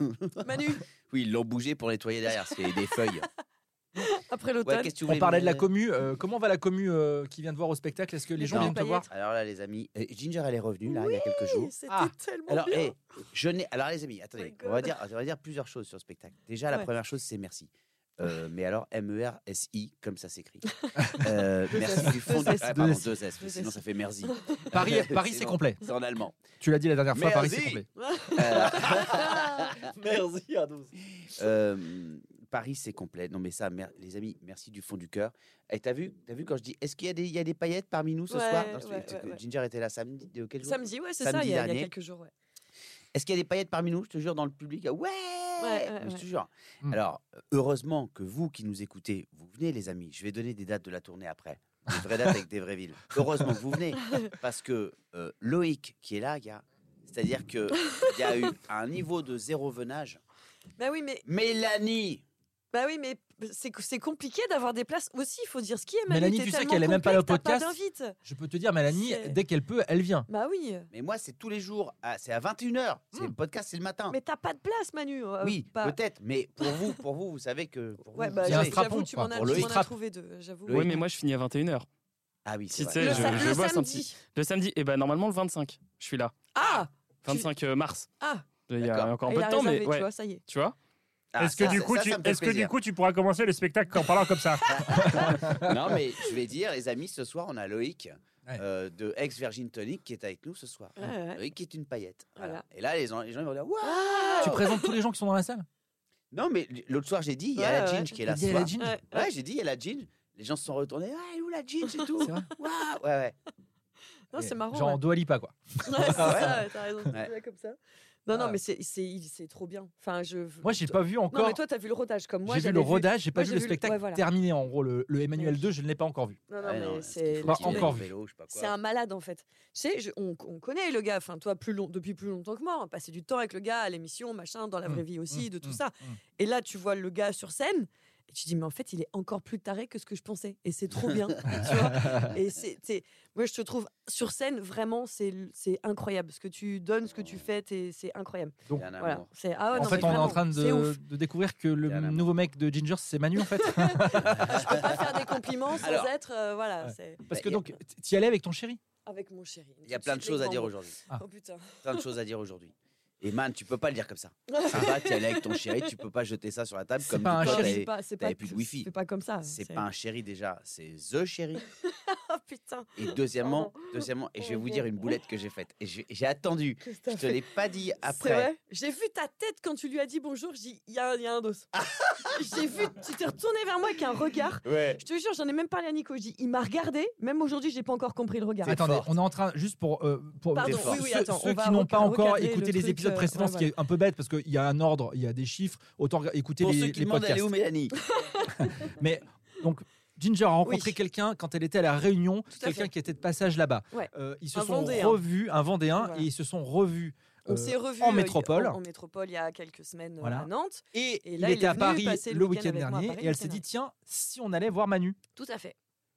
S4: Manu,
S2: Oui, ils l'ont bougé pour nettoyer derrière, parce qu'il y avait des feuilles.
S4: après
S2: Ouais,
S4: l'automne.
S2: qu'est-ce que tu
S3: on
S2: voulais
S3: parlait de la
S2: me-
S3: commu. euh, comment va la commu euh, qui vient de voir au spectacle Est-ce que les
S4: Les
S3: gens viennent te
S4: paillettes.
S3: voir
S2: Alors là, les amis, euh, Ginger, elle est revenue là il y a quelques jours.
S4: Oui, C'était
S3: Ah.
S4: tellement
S2: Alors,
S4: bien. Oh
S2: eh, je n'ai. Alors, les amis, attendez.
S4: my
S2: on va
S4: God.
S2: dire, on va dire plusieurs choses sur le spectacle. Déjà, la
S4: Ouais.
S2: première chose, c'est merci. Euh, mais alors, M-E-R-S-I, comme ça s'écrit. Euh,
S4: Deux
S2: merci
S4: S,
S2: du fond
S4: deux
S2: du.
S4: S,
S2: Ah,
S3: deux
S2: pardon,
S3: S.
S2: deux S, parce que
S4: Deux
S2: sinon
S4: S.
S2: ça fait merci.
S3: Paris, Paris c'est
S2: bon,
S3: complet.
S2: C'est en allemand.
S3: Tu l'as dit la dernière fois, Paris c'est
S2: Merci.
S3: complet.
S2: Euh,
S3: Merci à tous.
S2: euh, Paris, c'est complet. Non, mais ça, mer- les amis, merci du fond du cœur. Et t'as vu, t'as vu quand je dis, est-ce qu'il y, a des- il y a des paillettes parmi nous ce
S4: Ouais,
S2: soir Non, c'est-
S4: ouais,
S2: c'est-
S4: ouais, ouais.
S2: Ginger était là samedi. euh, quel jour
S4: Samedi, ouais, c'est
S2: Samedi
S4: ça, il y, a, il y a
S2: dernier.
S4: quelques jours. Ouais.
S2: Est-ce qu'il y a des paillettes parmi nous Je te jure, dans le public, ah, ouais,
S4: ouais,
S2: Mais Je
S4: ouais.
S2: te jure.
S5: Mmh.
S3: Mm.
S2: Alors, heureusement que vous qui nous écoutez, vous venez, les amis. Je vais donner des dates de la tournée après. Des vraies dates avec des vraies villes. Heureusement que vous venez. Parce que euh, Loïc, qui est là, gars, c'est-à-dire qu'il y a eu un niveau de zéro venage.
S4: Bah oui, mais,
S2: Mélanie
S4: bah oui, mais c'est, c'est compliqué d'avoir des places aussi, il faut dire ce qui est. Manu,
S3: Mélanie,
S4: t'es
S3: tu sais
S4: tellement
S3: qu'elle est même pas là au
S4: complet que t'as
S3: podcast.
S4: d'invite.
S3: Je peux te dire, Mélanie,
S4: C'est-
S3: dès qu'elle peut, elle vient.
S4: Bah oui,
S2: Mais moi, c'est tous les jours. à- C'est à 21h. C'est
S3: Mm.
S2: Le podcast, c'est le matin.
S4: Mmh. mais t'as pas de place, Manu. euh,
S2: oui,
S4: pas-
S2: peut-être. Mais pour vous, pour vous, vous savez que. pour
S4: Ouais,
S2: vous,
S4: bah,
S2: vous
S3: Il y a un
S4: j'avoue,
S2: savez.
S3: strapon,
S4: j'avoue, tu m'en
S3: quoi,
S4: as,
S3: pour
S4: tu
S3: Loïc.
S4: m'en as trouvé deux, j'avoue.
S2: Loïc.
S6: Oui, mais moi je finis à 21h.
S2: Ah oui, c'est
S6: Si tu
S2: vrai.
S6: sais,
S4: le,
S6: je,
S4: sa-
S6: je
S4: le
S6: bosse un petit.
S4: samedi.
S6: Le samedi, et ben normalement le 25, je suis là.
S4: Ah,
S6: 25 euh, mars.
S4: Ah.
S6: Il y a
S2: D'accord.
S6: encore un
S4: il
S6: peu
S4: a
S6: de temps,
S4: réservé,
S6: mais
S4: tu
S6: ouais.
S4: vois, ça y est.
S6: Tu vois
S2: Ah,
S5: Est-ce que,
S2: ça,
S5: du,
S2: ça,
S5: coup,
S2: ça,
S5: tu,
S2: ça me fait
S5: est-ce que du
S2: plaisir.
S5: coup tu pourras commencer le spectacle en parlant comme ça
S2: Non, mais je vais dire, les amis, ce soir, on a Loïc
S3: Ouais.
S2: euh, de ex-Virgin Tonic qui est avec nous ce soir.
S4: Ouais, ouais.
S2: Loïc qui est une paillette. Voilà.
S4: Voilà.
S2: Et là, les gens, les gens ils vont dire Waouh
S4: Ah,
S3: Tu présentes tous les gens qui sont dans la salle
S2: Non, mais l'autre soir, j'ai dit, il y a
S4: Ouais,
S2: la
S4: ouais.
S2: Ginge qui est là
S3: Il
S2: ce
S3: y a
S2: soir.
S3: la Ginge.
S4: ouais, ouais.
S2: Ouais, j'ai dit, il y a la Ginge. Les gens se sont retournés. Ah, elle est où la Ginge et tout
S3: C'est vrai.
S2: Waouh Ouais, ouais.
S4: Non, c'est marrant.
S3: Genre,
S4: ouais.
S3: en Dua Lipa, quoi.
S4: Ouais, c'est ça, ouais, t'as raison.
S2: Ouais.
S4: Ouais, comme ça. Non, non,
S3: Ah.
S4: mais c'est, c'est, il- c'est trop bien. Enfin, je...
S3: Moi, j'ai pas vu encore.
S4: Non, mais toi, t'as vu le rodage comme moi.
S3: j'ai vu
S4: j'avais
S3: le rodage, j'ai pas
S4: moi,
S3: vu
S4: j'ai
S3: le
S4: vu le- ouais,
S3: spectacle
S4: voilà.
S3: terminé. En gros, le, le Emmanuel 2, je ne l'ai pas encore vu.
S4: Non, non,
S2: Ah,
S4: mais
S2: non, est-ce
S4: c'est...
S2: qu'il faut
S3: Bah,
S2: qu'il
S3: encore
S2: aille en
S3: vu.
S2: vélo, je sais pas quoi.
S4: C'est un malade en fait. Tu sais, je- on, on connaît le gars, enfin toi plus long, depuis plus longtemps que moi, on passait du temps avec le gars à l'émission, machin, dans la vraie
S3: Mm,
S4: vie aussi,
S3: mm,
S4: de tout
S3: mm,
S4: ça.
S3: mm.
S4: Et là, tu vois le gars sur scène, et tu dis, mais en fait, il est encore plus taré que ce que je pensais. Et c'est trop bien. tu vois et c'est, c'est- moi, je te trouve sur scène, vraiment, c'est, l- c'est incroyable. Ce que tu donnes, ce que tu fais, t'es- c'est incroyable.
S2: Il y a un
S4: Voilà.
S2: amour.
S4: C'est, ah ouais,
S3: Mmh. en
S4: non,
S3: fait,
S4: mais
S3: on est en train
S4: vraiment, c'est
S3: de,
S4: ouf.
S3: de découvrir que le
S2: Il y en a marre.
S3: nouveau mec de Ginger, c'est Manu, en fait.
S4: Je peux pas faire des compliments sans
S2: Alors.
S4: être. euh, voilà.
S3: Ouais.
S4: C'est
S3: Parce
S2: Bah,
S3: que
S2: il y a-
S3: donc, t'y allais avec ton chéri.
S4: avec mon chéri.
S2: Il y a plein de choses à dire aujourd'hui.
S3: Ah.
S4: Oh putain.
S2: Plein de choses à dire aujourd'hui. Et man, tu peux pas le dire comme ça.
S3: Ah.
S2: Ça va, t'es allé avec ton chéri, tu peux pas jeter ça sur la table
S3: C'est
S2: comme
S3: pas
S4: Ah,
S3: un
S2: toi,
S3: chéri.
S2: t'avais-
S4: c'est pas, c'est
S2: t'avais
S4: pas,
S2: plus de wifi.
S4: C'est pas comme ça.
S2: C'est pas un chéri déjà, c'est the chéri.
S4: Oh putain,
S2: Et deuxièmement,
S4: Pardon.
S2: deuxièmement, et je vais vous
S4: Pardon.
S2: dire une boulette que j'ai faite. Et j'ai j'ai attendu.
S4: qu'est-ce que
S2: Je
S4: t'as
S2: te
S4: fait
S2: l'ai pas dit
S4: C'est
S2: après.
S4: vrai J'ai vu ta tête quand tu lui as dit bonjour, j'ai dit, il y, a un- il y a un dos.
S2: Ah.
S4: j'ai vu, tu t'es retourné vers moi avec un regard.
S2: Ouais.
S4: Je te jure, j'en ai même parlé à Nico. Je dis, il m'a regardé, même aujourd'hui, j'ai pas encore compris le regard.
S2: C'est
S3: Attendez,
S2: forte.
S3: on est en train, juste pour, euh, pour
S4: Pardon,
S2: oui,
S3: ceux,
S4: oui, attends,
S3: ceux
S4: on va
S3: qui n'ont pas
S4: reca-
S3: encore
S4: recadrer
S3: écouté
S4: le
S3: les
S4: truc,
S3: épisodes
S4: euh,
S3: précédents,
S4: ouais,
S3: ce qui est un peu bête parce qu'il y a un ordre, il y a des chiffres, autant écouter
S2: Pour
S3: les,
S2: ceux qui
S3: les
S2: demandent, elle est
S3: podcasts.
S2: où Mélanie
S3: Mais donc, Ginger a rencontré
S4: Oui.
S3: quelqu'un quand elle était à la Réunion,
S4: à
S3: quelqu'un
S4: fait.
S3: qui était de passage là-bas.
S4: Ouais.
S3: Euh, ils se
S4: Un
S3: sont
S4: Vendéen.
S3: revus, un Vendéen,
S4: Voilà.
S3: et ils se sont revus
S4: On
S3: euh,
S4: s'est revus
S3: en
S4: euh,
S3: métropole.
S4: En, en métropole, il y a quelques semaines euh,
S3: Voilà.
S4: à Nantes.
S3: Et,
S4: Et
S3: il
S4: là, il
S3: était
S4: est
S3: à
S4: venu
S3: Paris
S4: passer le
S3: le
S4: week-end
S3: week-end
S4: avec moi à
S3: dernier,
S4: Paris,
S3: et elle
S4: le
S3: s'est
S4: week-end
S3: dit tiens, si on allait voir Manu.
S4: Tout à fait.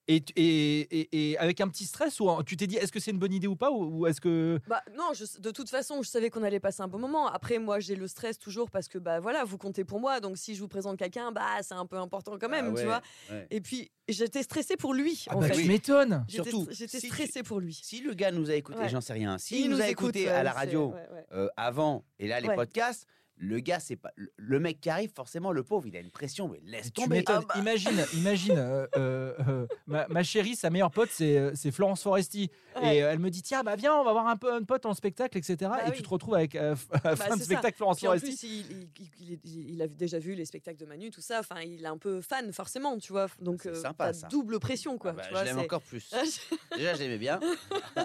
S3: Et, tu- et, et, et avec un petit stress, ou un- tu t'es dit est-ce que c'est une bonne idée ou pas, ou, ou est-ce que
S4: Bah non, je- de toute façon, je savais qu'on allait passer un bon moment. Après, moi, j'ai le stress toujours parce que bah voilà, vous comptez pour moi. Donc si je vous présente quelqu'un, bah c'est un peu important quand même,
S2: Ah ouais,
S4: tu vois.
S2: ouais.
S4: Et puis j'étais stressée pour lui
S3: Ah
S4: en
S3: bah,
S4: fait.
S3: tu m'étonnes.
S4: J'étais-
S2: Surtout,
S4: j'étais
S2: si tu-
S4: stressée pour lui.
S2: Si le gars nous a écouté,
S4: Ouais.
S2: j'en sais rien. S'il
S4: Il
S2: nous, a
S4: écoute,
S2: écouté
S4: ouais,
S2: à la
S4: c'est-
S2: radio
S4: ouais, ouais.
S2: euh, avant et là les
S4: Ouais.
S2: podcasts, le gars c'est pas le- le mec qui arrive forcément le pauvre, il a une pression mais laisse
S3: Tu
S2: tomber.
S3: m'étonnes.
S2: Ah bah,
S3: Imagine, imagine. euh, euh, euh, ma, ma chérie, sa meilleure pote, c'est euh, c'est Florence Foresti.
S4: Ouais. Bah
S3: Et euh, elle me dit tiens, bah viens, on va voir un peu un pote en spectacle, etc. et
S4: oui. Bah,
S3: tu te retrouves avec euh, fin
S4: c'est
S3: de
S4: ça.
S3: spectacle Florence
S4: Puis en
S3: Foresti.
S4: plus, il, il- il- il- il a déjà vu les spectacles de Manu, tout ça. Enfin, il est un peu fan, forcément, tu vois. Donc,
S2: C'est
S4: euh,
S2: sympa,
S4: t'as
S2: ça.
S4: double pression, quoi.
S2: ah bah,
S4: tu vois,
S2: je l'aime
S4: c'est-
S2: encore plus.
S4: Ah, je-
S2: Déjà, je l'aimais bien.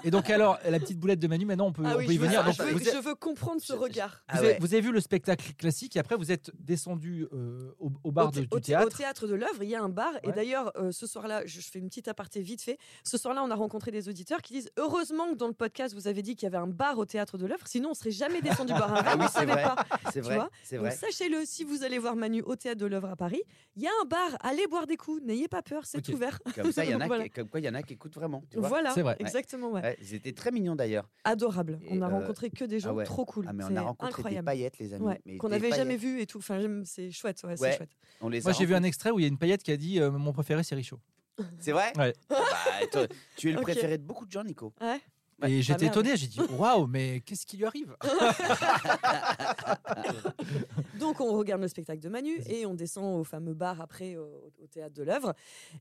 S3: Et donc alors, la petite boulette de Manu, maintenant on peut,
S4: ah
S3: on
S4: oui,
S3: peut y
S4: je veux-
S3: venir.
S4: ah,
S3: Donc,
S4: je, veux,
S3: vous êtes-
S4: je veux comprendre ce
S2: Je- je-
S4: regard.
S2: Ah
S3: vous,
S2: ouais.
S3: avez, vous avez vu le spectacle classique et après vous êtes descendu euh, au, au bar
S4: au,
S3: de-
S4: thé- au
S3: du
S4: thé- au
S3: théâtre.
S4: théâtre de l'œuvre, il y a un bar. Et
S3: Ouais.
S4: d'ailleurs, euh, ce soir-là, je, je fais une petite aparté vite fait. Ce soir-là, on a rencontré des auditeurs qui disent Heureusement que dans le podcast, vous avez dit qu'il y avait un bar au théâtre de l'œuvre, sinon on serait jamais descendu boire un verre,
S2: Ah
S4: on
S2: oui,
S4: ne
S2: c'est
S4: savait
S2: vrai.
S4: pas.
S2: C'est
S4: Tu
S2: vrai,
S4: vois
S2: c'est
S4: Donc
S2: vrai.
S4: sachez-le, si vous allez voir Manu au théâtre de l'œuvre à Paris, il y a un bar, allez boire des coups, n'ayez pas peur, c'est
S3: Ok.
S4: ouvert.
S2: Comme ça, il y en a,
S4: Donc voilà.
S2: qui, comme quoi, il y en a qui écoutent vraiment. Tu vois
S4: Voilà,
S3: C'est vrai.
S4: exactement. Ouais.
S2: Ouais, ils étaient très mignons d'ailleurs.
S4: Adorable.
S2: Et,
S4: on a
S2: euh,
S4: rencontré que des gens
S2: ah ouais.
S4: trop cool.
S2: Ah, mais on
S4: C'est
S2: a rencontré des
S4: incroyable.
S2: paillettes, les amis.
S4: Ouais,
S2: mais
S4: qu'on
S2: des
S4: n'avait jamais
S2: paillettes.
S4: vu et tout. Enfin, j'aime- c'est chouette, ouais,
S2: Ouais.
S4: c'est chouette.
S2: On les
S3: Moi
S2: a
S3: j'ai vu un
S2: rencontrés.
S3: extrait où il y a une paillette qui a dit euh, mon préféré c'est Richaud.
S2: C'est vrai
S3: Ouais.
S2: Bah, toi, Tu es le
S4: Ok.
S2: préféré de beaucoup de gens, Nico.
S4: Ouais.
S2: Ouais.
S3: Et
S4: Ah,
S3: j'étais
S4: merde.
S3: étonné, j'ai dit waouh mais qu'est-ce qui lui arrive hein,
S4: Donc on regarde le spectacle de Manu
S3: Vas-y.
S4: et on descend au fameux bar après euh, au, au théâtre de l'œuvre.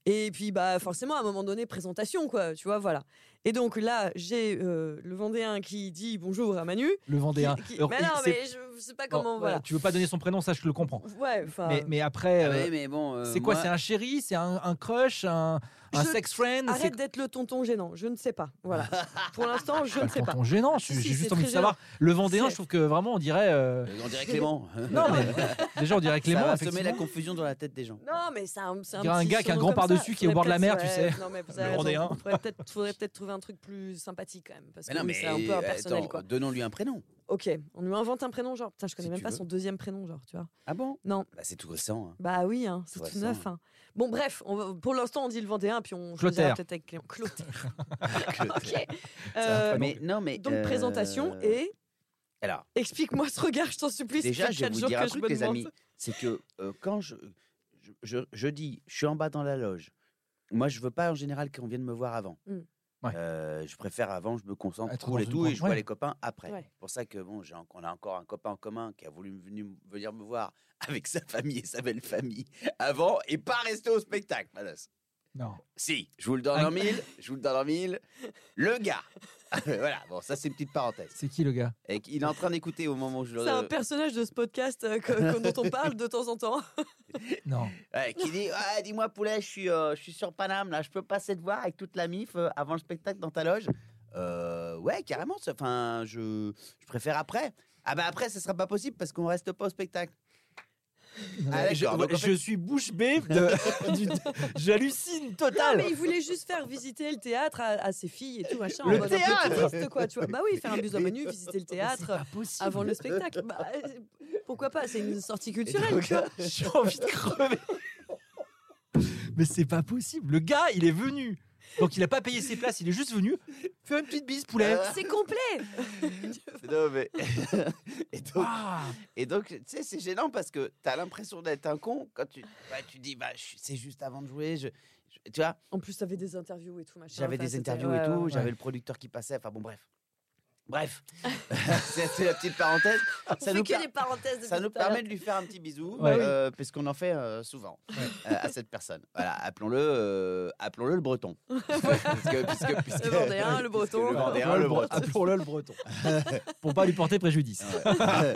S4: Et puis bah forcément à un moment donné présentation quoi, tu vois voilà. Et donc là j'ai euh, le Vendéen qui dit bonjour à Manu.
S3: Le
S4: qui-
S3: Vendéen.
S4: qui-
S3: Alors,
S4: mais
S3: il-
S4: non
S3: c'est-
S4: mais je sais pas
S3: Bon,
S4: comment
S3: voilà,
S4: voilà.
S3: Tu veux pas donner son prénom, ça je le comprends.
S4: Ouais enfin.
S3: Mais, mais après,
S2: Ah
S3: euh,
S2: ouais, mais bon, euh,
S3: c'est quoi
S2: moi-
S3: C'est un chéri C'est un, un crush Un, un
S4: Je-
S3: sex friend Hmm, C'est
S4: Arrête d'être le tonton gênant, je ne sais pas. Voilà. Pour l'instant, je ne sais pas.
S3: tonton gênant. je-
S4: Ah, Si,
S3: J'ai
S4: si,
S3: juste
S4: c'est
S3: envie de
S4: très
S3: savoir. Le Vendéen,
S4: C'est-
S3: je trouve que vraiment, on dirait. euh,
S2: Euh, On dirait Clément.
S3: Non, mais déjà, on dirait Clément.
S2: Ça va semer
S3: effectivement.
S2: la confusion dans la tête des gens.
S4: Non, mais c'est un, c'est
S3: Il y a un
S4: petit
S3: gars qui a un
S4: surnom
S3: grand
S4: comme ça.
S3: par-dessus qui est au
S4: Faudrait
S3: bord de la
S4: peut-être-
S3: mer, tu
S4: ouais,
S3: sais.
S4: Non, mais vous
S3: Le
S4: avez raison.
S3: Vendéen.
S4: Faudrait peut-être faudrait peut-être trouver un truc plus sympathique quand même. Parce
S2: Mais
S4: que
S2: non, mais
S4: c'est un peu
S2: euh,
S4: impersonnel,
S2: attends,
S4: quoi.
S2: donnons-lui un prénom.
S4: Ok, on lui invente un prénom, genre. Putain, je connais
S2: Si
S4: même
S2: tu
S4: pas
S2: veux.
S4: son deuxième prénom, genre, tu vois.
S2: Ah bon
S4: Non.
S2: Bah, C'est tout récent. hein.
S4: Bah oui, hein, c'est
S2: Ouais,
S4: tout
S2: ça,
S4: neuf. hein. Bon, bref, on va- pour l'instant, on dit le 21, puis on
S3: Clotaire.
S4: choisira peut-être avec Clément. Clotaire.
S2: hein.
S4: ok. Euh,
S2: mais non, mais
S4: donc,
S2: euh,
S4: présentation et.
S2: alors
S4: Explique-moi ce regard, je t'en supplie. ça
S2: déjà,
S4: fait
S2: je vais
S4: quatre
S2: vous
S4: jours
S2: dire
S4: que
S2: un
S4: je
S2: truc,
S4: me
S2: les
S4: demande.
S2: amis, c'est que euh, quand je, je, je, je dis, je suis en bas dans la loge. Moi, je veux pas en général qu'on vienne me voir avant.
S4: Mm.
S3: Ouais.
S2: Euh, je préfère avant, je me concentre
S3: Être
S2: cool
S3: dans
S2: et
S3: une
S2: tout, et
S3: grande-
S2: je vois
S3: ouais.
S2: les copains après.
S4: Ouais.
S2: C'est pour ça que bon, j'ai en- on a encore un copain en commun qui a voulu me- venu me- venir me voir avec sa famille et sa belle famille avant et pas rester au spectacle. Manos.
S3: Non.
S2: Si, je vous le donne en mille, je vous le donne en mille. Le gars. voilà, bon, ça c'est une petite parenthèse.
S3: C'est qui le gars
S2: Et il est en train d'écouter au moment où je le.
S4: C'est un personnage de ce podcast euh, que- dont on parle de temps en temps.
S3: Non.
S2: Ouais, qui dit Ouais, Dis-moi, poulet, je suis, euh, je suis sur Paname, là, je peux passer te voir avec toute la mif euh, avant le spectacle dans ta loge Euh, Ouais, carrément, ça- enfin, je, je préfère après. Ah bah après, ça sera pas possible parce qu'on reste pas au spectacle. Ah, d'accord,
S3: je,
S2: donc en
S3: je suis bouche bée. de- du- J'hallucine
S4: Non,
S3: total.
S4: mais il voulait juste faire visiter le théâtre à, à ses filles et tout machin. en
S3: Le
S4: mode un peu
S2: théâtre
S4: touriste, quoi, tu vois. Bah oui, faire un bus à menu, visiter le
S3: C'est
S4: théâtre
S3: pas possible.
S4: avant le spectacle. Bah, euh, pourquoi pas C'est une sortie culturelle.
S2: donc,
S4: tu vois.
S3: J'ai envie de crever. Mais c'est pas possible. Le gars, il est venu. Donc il a pas payé ses places, il est juste venu. Fais une petite
S2: euh,
S3: bise,
S2: Ah,
S3: poulet.
S4: C'est complet.
S2: Non, mais- Et donc,
S3: Ah.
S2: Et donc, tu sais, c'est gênant parce que tu as l'impression d'être un con quand tu, bah, tu dis, bah, je suis- c'est juste avant de jouer. Je, je- tu vois,
S4: En plus, t'avais des interviews et tout machin.
S2: j'avais
S4: Enfin,
S2: des
S4: c'était-
S2: interviews
S4: ouais,
S2: et tout,
S4: ouais, ouais.
S2: j'avais le producteur qui passait, enfin bon, bref. Bref, c'était la petite parenthèse.
S4: On fait que
S2: per-
S4: des parenthèses.
S2: ça
S4: depuis
S2: nous
S4: tout à l'heure.
S2: permet de lui faire un petit bisou,
S3: Ouais.
S2: euh, parce qu'on en fait euh, souvent euh, à cette personne. Voilà, appelons-le, euh, appelons-le le Breton. Puisque- puisque- puisque-
S4: Le Vendéen, le
S2: puisque
S4: Breton.
S2: Le Vendéen, le Breton. Ah,
S3: Appelons-le le breton. Pour pas lui porter préjudice.
S2: Ouais.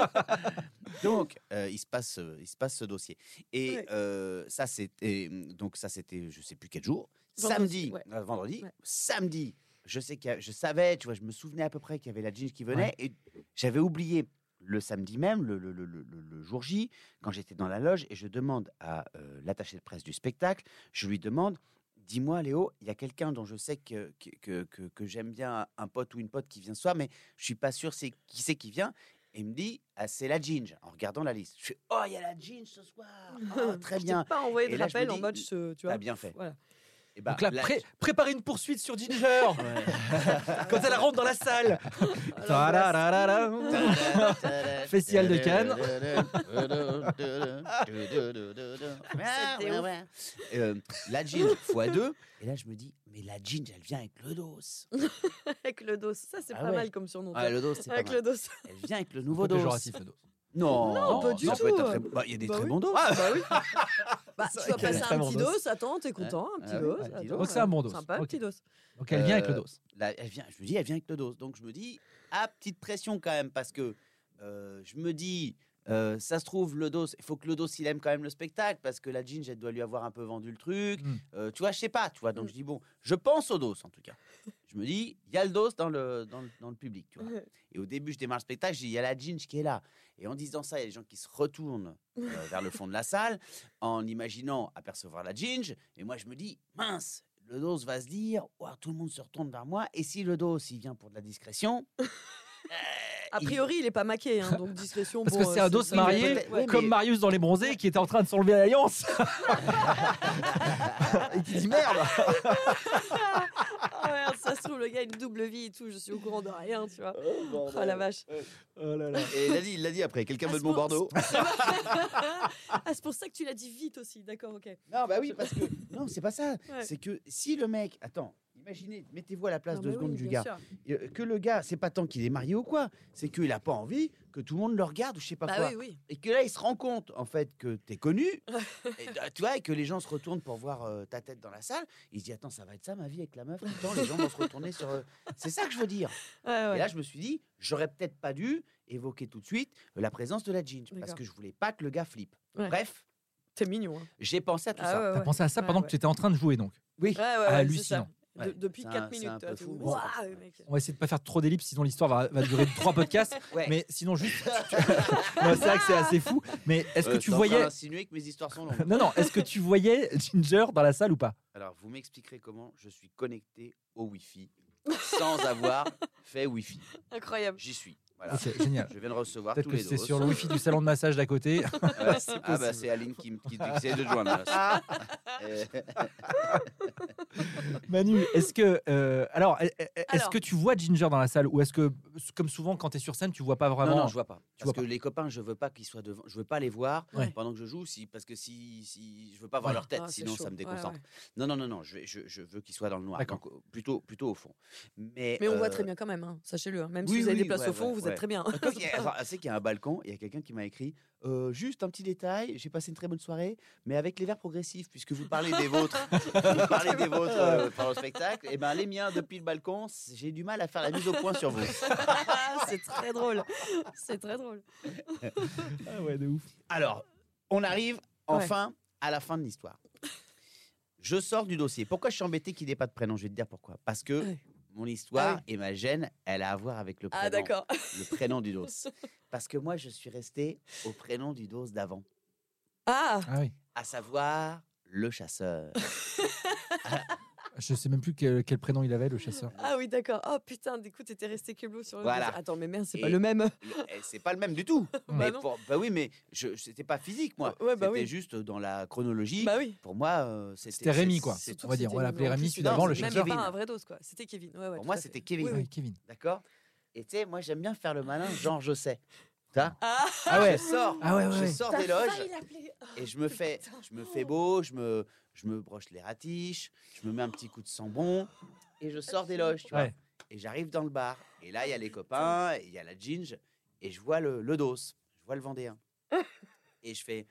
S2: donc, euh, il se passe, euh, il se passe ce dossier. Et
S4: Ouais.
S2: euh, ça, c'était, donc ça, c'était, je sais plus quel jour.
S4: Vendredi,
S2: samedi,
S4: ouais.
S2: euh, vendredi,
S4: Ouais.
S2: samedi. Je sais que je savais, tu vois, je me souvenais à peu près qu'il y avait la jeans qui venait et j'avais oublié le samedi même, le, le- le- le- le- le jour J, quand j'étais dans la loge et je demande à euh, l'attaché de presse du spectacle, je lui demande. Dis-moi, Léo, il y a quelqu'un dont je sais que, que, que- que- que j'aime bien, un pote ou une pote qui vient ce soir, mais je suis pas sûr c'est qui c'est qui vient. Et il me dit, ah, c'est la Ginge, en regardant la liste. Je fais, oh, il y a la Ginge ce soir. Oh, très
S4: Je t'ai
S2: bien.
S4: pas envoyé de
S2: Et là, je me
S4: rappel en
S2: dis,
S4: mode, je- tu vois.
S2: T'as bien fait.
S4: Voilà.
S2: Et bah,
S3: Donc là, pré- préparez une poursuite sur Ginger quand elle rentre dans la salle. Ta-ra-ra-ra-ra. Festival de Cannes.
S4: C'était ouf.
S2: Euh, la Ginge x 2. Et là, je me dis, mais la Ginge, elle vient avec le dos.
S4: Avec le dos. Ça, c'est
S2: Ah
S4: pas
S2: ouais.
S4: mal comme surnom.
S2: Ah,
S4: toi.
S2: le dos, c'est pas
S4: Avec le
S2: mal.
S4: dos.
S2: Elle vient avec le
S3: Pas
S2: nouveau dos.
S3: péjoratif, le dos.
S2: Non,
S4: Non, pas du
S2: ça peut être
S4: tout.
S2: un très- Bah, Il y a des
S4: Bah
S2: très
S4: oui.
S2: bons dos.
S4: Ah, bah oui. Bah,
S2: C'est vrai
S4: tu vas
S2: qu'elle est
S4: passer un
S3: extrêmement
S4: petit
S3: dose.
S4: dos, attends, t'es content, un petit
S2: Ah oui,
S4: dos.
S2: un petit
S4: attends,
S2: dos.
S3: Donc c'est un bon dos.
S4: Sympa, un
S3: Ok.
S4: petit dos.
S3: Donc elle vient avec le
S2: Euh,
S3: dos.
S2: Là, elle vient, je me dis, elle vient avec le dos. Donc je me dis, ah, petite pression quand même, parce que euh, je me dis, euh, ça se trouve, le dos, il faut que le dos, il aime quand même le spectacle, parce que la Ginge, elle doit lui avoir un peu vendu le truc.
S3: Mm.
S2: Euh, tu vois, je sais pas, tu vois. Donc
S4: Mm.
S2: je dis, bon, je pense au dos, en tout cas. Je me dis, il y a le dos dans le, dans le, dans le public, tu vois. Et au début, je démarre le spectacle, je dis, il y a la Ginge qui est là. Et en disant ça, il y a des gens qui se retournent euh, vers le fond de la salle en imaginant apercevoir la Ginge. Et moi, je me dis, mince, le dos va se dire, Ouah, tout le monde se retourne vers moi. Et si le dos, il vient pour de la discrétion euh,
S4: A
S2: il-
S4: priori, il est pas maqué, hein, donc discrétion.
S3: Parce
S4: bon,
S3: que c'est un dos
S4: ça,
S3: marié,
S4: peut-être- ouais.
S3: Comme
S2: mais-
S3: Marius dans Les Bronzés qui était en train de s'enlever l'alliance. Et qui dit merde.
S4: Ah merde, ça se trouve, le gars a une double vie et tout, je suis au courant de rien, tu vois. Oh la vache.
S3: Oh là là.
S2: Et il l'a dit, il l'a dit après, quelqu'un
S4: Ah,
S2: veut de
S4: c'est
S2: mon
S4: pour-
S2: Bordeaux
S4: Ah, c'est pour ça que tu l'as dit vite aussi, d'accord, ok.
S2: Non, bah oui, parce que. Non, c'est pas ça.
S4: Ouais.
S2: C'est que si le mec. Attends, imaginez, mettez-vous à la place
S4: Non,
S2: deux
S4: mais oui,
S2: secondes du
S4: bien
S2: gars.
S4: sûr.
S2: Et, euh, Que le gars, c'est pas tant qu'il est marié ou quoi, c'est qu'il a pas envie que tout le monde le regarde ou je sais pas quoi.
S4: Bah oui, oui.
S2: Et que là, il se rend compte, en fait, que t'es connu, et, euh, tu vois, et que les gens se retournent pour voir euh, ta tête dans la salle. Il se dit, attends, ça va être ça ma vie avec la meuf. Attends, les gens vont se retourner sur. euh, C'est ça que je veux dire.
S4: Ouais, ouais.
S2: Et là, je me suis dit, j'aurais peut-être pas dû évoquer tout de suite euh, la présence de la jean, parce
S4: D'accord.
S2: que je voulais pas que le gars flippe.
S4: Ouais.
S2: Bref,
S4: T'es mignon. Hein.
S2: j'ai pensé à tout
S4: Ah
S2: ça.
S4: ouais,
S3: T'as
S4: ouais.
S3: pensé à ça
S4: Ouais,
S3: pendant
S4: ouais.
S3: que tu étais en train de jouer donc.
S2: Oui.
S4: Ouais, ouais, ouais,
S3: Hallucinant.
S4: c'est ça. De-
S2: Ouais.
S4: depuis
S2: C'est un-
S4: 4
S2: c'est
S4: minutes.
S2: un
S4: toi,
S2: peu
S4: t'es
S2: fou,
S4: au-
S2: mais
S4: Waouh,
S2: c'est comme ça.
S4: mec.
S3: On va essayer de pas faire trop d'ellipses sinon l'histoire va, va durer trois podcasts.
S2: Ouais.
S3: Mais sinon juste. Non, c'est vrai que c'est assez fou. Mais est-ce que
S2: Euh,
S3: tu
S2: t'es en train
S3: voyais
S2: d'insinuer que mes histoires sont longues.
S3: Non non. Est-ce que tu voyais Ginger dans la salle ou pas
S2: Alors, vous m'expliquerez comment je suis connecté au Wi-Fi sans avoir fait Wi-Fi.
S4: Incroyable.
S2: J'y suis. Voilà.
S3: Ok Ah, génial.
S2: Je viens de recevoir
S3: Peut-être
S2: tous
S3: que
S2: les
S3: c'est
S2: doses.
S3: sur le wifi du salon de massage d'à côté.
S2: Ah, bah, c'est Aline qui, me- qui, qui essaie de te joindre. là. Euh,
S3: Manu, est-ce que euh, alors est- est- est-ce
S4: Alors.
S3: que tu vois Ginger dans la salle ou est-ce que comme souvent quand tu es sur scène tu vois pas vraiment
S2: Non, non, je vois pas.
S3: vois
S2: Parce que les copains, je veux pas qu'ils soient devant. Je veux pas les voir
S3: Ouais.
S2: pendant que je joue, si, parce que si, si je veux pas voir
S3: Ouais.
S2: leur tête,
S4: Ah, c'est
S2: sinon
S4: chaud.
S2: ça me
S4: Ouais,
S2: déconcentre.
S4: ouais.
S2: Non, non, non, non. Je, vais- je, je veux qu'ils soient dans le noir.
S3: D'accord.
S2: Donc, euh, plutôt, plutôt au fond. Mais,
S4: Mais on voit
S2: euh,
S4: très bien quand même, hein, sachez-le. hein. Même
S2: oui,
S4: si vous avez
S2: oui,
S4: des places
S2: ouais,
S4: au fond,
S2: ouais,
S4: vous
S2: ouais.
S4: êtes très bien.
S2: Quand il y a- enfin, c'est qu'il y a un balcon, il y a quelqu'un qui m'a écrit euh, juste un petit détail. J'ai passé une très bonne soirée, mais avec les verres progressifs, puisque vous parlez des vôtres, vous parlez des vôtres euh, pendant le spectacle. Et ben les miens depuis le balcon, c- j'ai du mal à faire la mise au point sur vous.
S4: c'est très drôle. C'est très drôle.
S3: Ah ouais de ouf.
S2: Alors, on arrive enfin à la fin de l'histoire. Je sors du dossier. Pourquoi je suis embêté qu'il n'ait pas de prénom Je vais te dire pourquoi. Parce que
S4: Ouais.
S2: mon histoire
S4: Ah
S2: et ma gêne, elle a à voir avec le prénom,
S4: Ah, d'accord.
S2: le prénom du dos. Parce que moi, je suis resté au prénom du dos d'avant.
S4: Ah,
S3: Ah oui.
S2: à savoir le chasseur.
S3: Je sais même plus quel, quel prénom il avait le chasseur.
S4: ah oui, d'accord. Oh putain, écoute, t'étais resté keblo sur le.
S2: Voilà.
S4: Attends, mais merde, c'est pas
S2: Et-
S4: le même.
S2: Le- eh, c'est pas le même du tout. mais
S4: non.
S2: pour- bah oui, mais je c'était pas physique moi.
S4: Ouais, bah
S2: c'était
S4: oui.
S2: juste dans la chronologie.
S4: Bah oui.
S2: pour moi, euh, c'était
S3: C'était Rémi
S2: c'est-
S3: quoi.
S2: c'est-
S4: Surtout
S3: On va
S4: que
S3: dire on va
S4: c'était
S3: l'appeler
S4: une- en
S3: Rémi
S4: plus,
S3: celui
S4: non,
S3: d'avant le
S4: c'est même
S3: chasseur.
S4: pas
S2: Kevin.
S4: un vrai dos, quoi. C'était Kevin. Ouais, ouais,
S2: Pour
S4: tout
S2: moi,
S4: à fait.
S2: c'était Kevin.
S4: Oui, oui.
S3: Ouais, Ah, Kevin.
S2: D'accord. Et tu sais, moi j'aime bien faire le malin, genre je sais.
S4: Ah,
S3: Ah ouais.
S2: Je sors,
S3: Ah ouais, ouais,
S2: je
S3: ouais.
S2: sors des loges et je me fais, je me fais beau, je me, je me broche les ratiches, je me mets un petit coup de sambon et je sors des loges. Tu vois.
S3: Ouais.
S2: Et j'arrive dans le bar. Et là, il y a les copains, et il y a la ginge. Et je vois le, le dos. Je vois le Vendéen. et je fais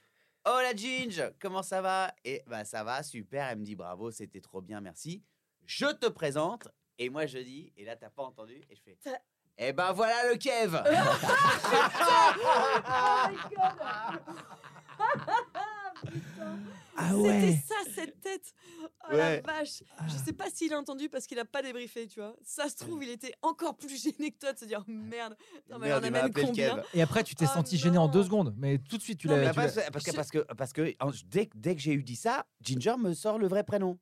S2: Oh la ginge, comment ça va Et bah ça va, super. Elle me dit Bravo, c'était trop bien, merci. Je te présente. Et moi, je dis Et là, t'as pas entendu Et je fais Eh ben voilà le Kev
S3: Ah
S4: C'était ça, cette tête. Oh la
S2: Ouais.
S4: vache. Je sais pas s'il a entendu parce qu'il a pas débriefé, tu vois. Ça se trouve, il était encore plus gêné que toi de se dire oh, merde. Non, mais
S2: Merde,
S4: on
S2: il m'a
S4: amène
S2: appelé le
S4: combien
S2: Kev.
S3: Et après, tu t'es
S4: Oh
S3: senti gêné en
S4: non.
S3: deux secondes, mais tout de suite, tu
S4: Non,
S3: l'as.
S4: mais
S2: Bah,
S3: tu
S2: parce,
S3: l'as-
S2: parce que, parce que, parce que en- dès, que- dès que j'ai eu dit ça, Ginger me sort le vrai prénom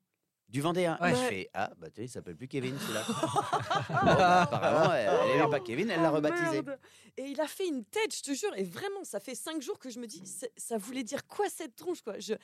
S2: du Vendéen.
S3: Ouais.
S2: Et je
S4: Ouais.
S2: fais Ah, bah tu sais, il s'appelle plus Kevin celui-là. Bon, bah, apparemment, elle n'aimait pas Kevin, elle l'a
S4: Oh,
S2: rebaptisé.
S4: merde. Et il a fait une tête, je te jure. Et vraiment, ça fait cinq jours que je me dis, c'est- ça voulait dire quoi cette tronche, quoi Je-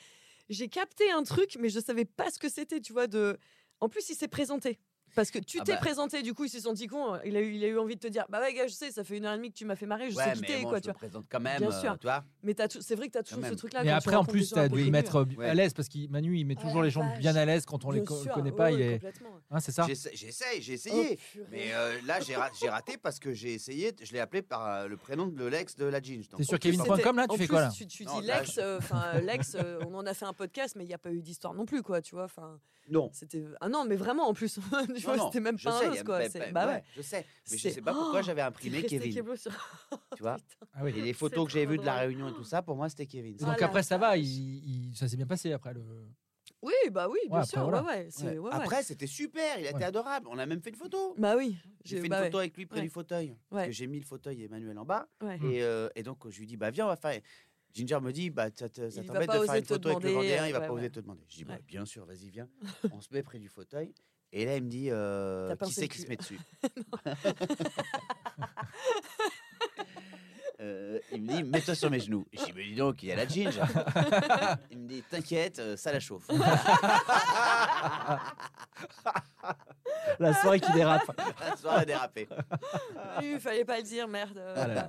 S4: J'ai capté un truc, mais je savais pas ce que c'était, tu vois. De... En plus, il s'est présenté. Parce que tu
S2: Ah
S4: t'es
S2: bah.
S4: présenté, du coup, il s'est senti con. Il a, eu, il a eu envie de te dire, bah ouais, gars, je sais, ça fait une heure et demie que tu m'as fait marrer, je
S2: ouais,
S4: sais qui
S2: mais
S4: t'es,
S2: bon,
S4: quoi,
S2: je
S4: tu
S2: me
S4: vois.
S2: présente quand même,
S4: Bien
S2: euh,
S4: sûr.
S2: tu vois.
S4: Mais t'as tou- c'est vrai que tu as toujours ce
S2: même.
S4: truc-là.
S3: Mais
S4: quand tu
S3: après, en
S4: rencontres des
S3: plus,
S4: gens
S3: tu as
S4: un peu
S3: dû le
S4: connus,
S3: mettre
S4: hein.
S3: euh, à l'aise parce qu'il Manu, il met
S4: Oh
S3: toujours
S4: la
S3: les gens bien
S4: vache.
S3: à l'aise quand on les
S4: Bien
S3: co-
S4: sûr,
S3: connaît
S4: ouais,
S3: pas.
S4: ouais,
S3: il est-
S4: complètement.
S3: Hein, c'est ça
S2: J'essa- J'essaye, j'ai
S4: Oh,
S2: essayé.
S4: purée.
S2: mais euh, là, j'ai ra- j'ai raté parce que j'ai essayé, je l'ai appelé par euh, le prénom de l'ex de la Ginge. donc-
S3: T'es sûr
S4: Puis
S3: Kevin point
S4: c'était-
S3: com, là, tu
S4: en
S3: fais
S4: plus,
S3: quoi, là
S4: Tu, tu
S2: Non,
S4: dis
S2: là,
S4: Lex,
S2: je-
S4: euh, enfin euh, Lex, euh, on en a fait un podcast, mais il n'y a pas eu d'histoire non plus, quoi, tu vois. Enfin,
S2: Non.
S4: c'était ah non, mais vraiment en plus, tu
S2: Non,
S4: vois,
S2: non,
S4: c'était même
S2: je
S4: pas
S2: sais,
S4: un os,
S2: y a-
S4: quoi.
S2: bah,
S4: c'est-
S2: bah,
S4: bah ouais.
S2: ouais, Je sais, mais je
S4: C'est-
S2: sais pas pourquoi
S4: Oh,
S2: j'avais
S4: T'es
S2: imprimé
S4: resté
S2: Kevin.
S4: Keblo sur-
S2: Tu vois
S3: Ah oui.
S2: Et les
S4: C'est
S2: photos que j'ai
S4: trop
S2: vues de la
S4: drôle.
S2: réunion et tout ça, pour moi, c'était Kevin.
S3: Et donc
S4: la
S3: après, ça va,
S4: vache.
S3: il- il- ça s'est bien passé après. Le...
S4: Oui, bah oui, bien
S3: après,
S4: sûr,
S3: voilà.
S4: ouais, ouais, c'est-
S2: Ouais.
S4: ouais, ouais.
S2: Après, c'était super, il a
S3: Ouais.
S2: été adorable. On a même fait une photo.
S4: bah oui,
S2: J'ai fait
S4: bah
S2: une
S4: ouais.
S2: photo avec lui près
S4: Ouais.
S2: du fauteuil. Parce
S4: Ouais,
S2: que j'ai mis le fauteuil Emmanuel en bas.
S4: ouais.
S2: Et, euh, et donc, je lui dis, bah viens, on va faire. Ginger me dit, bah ça te- ça
S4: Il va
S2: t'embête
S4: pas
S2: de faire
S4: oser
S2: une
S4: te
S2: photo avec le
S4: demander, euh,
S2: Vendéen, il va
S4: ouais,
S2: pas
S4: ouais.
S2: oser te demander. Je dis, bah
S4: Ouais.
S2: bien sûr, vas-y, viens. on se met près du fauteuil. Et là, il me dit, euh,
S4: T'as
S2: qui
S4: pincé
S2: c'est
S4: le
S2: qui se
S4: cul.
S2: met dessus Euh, Il me dit, mets-toi sur mes genoux. Et je dis, mais dis donc, il y a la Ginger. il me dit, t'inquiète, euh, ça la chauffe.
S3: La soirée qui dérape.
S2: La soirée a dérapé.
S4: Il fallait pas le dire, merde. euh,
S3: Ah là là.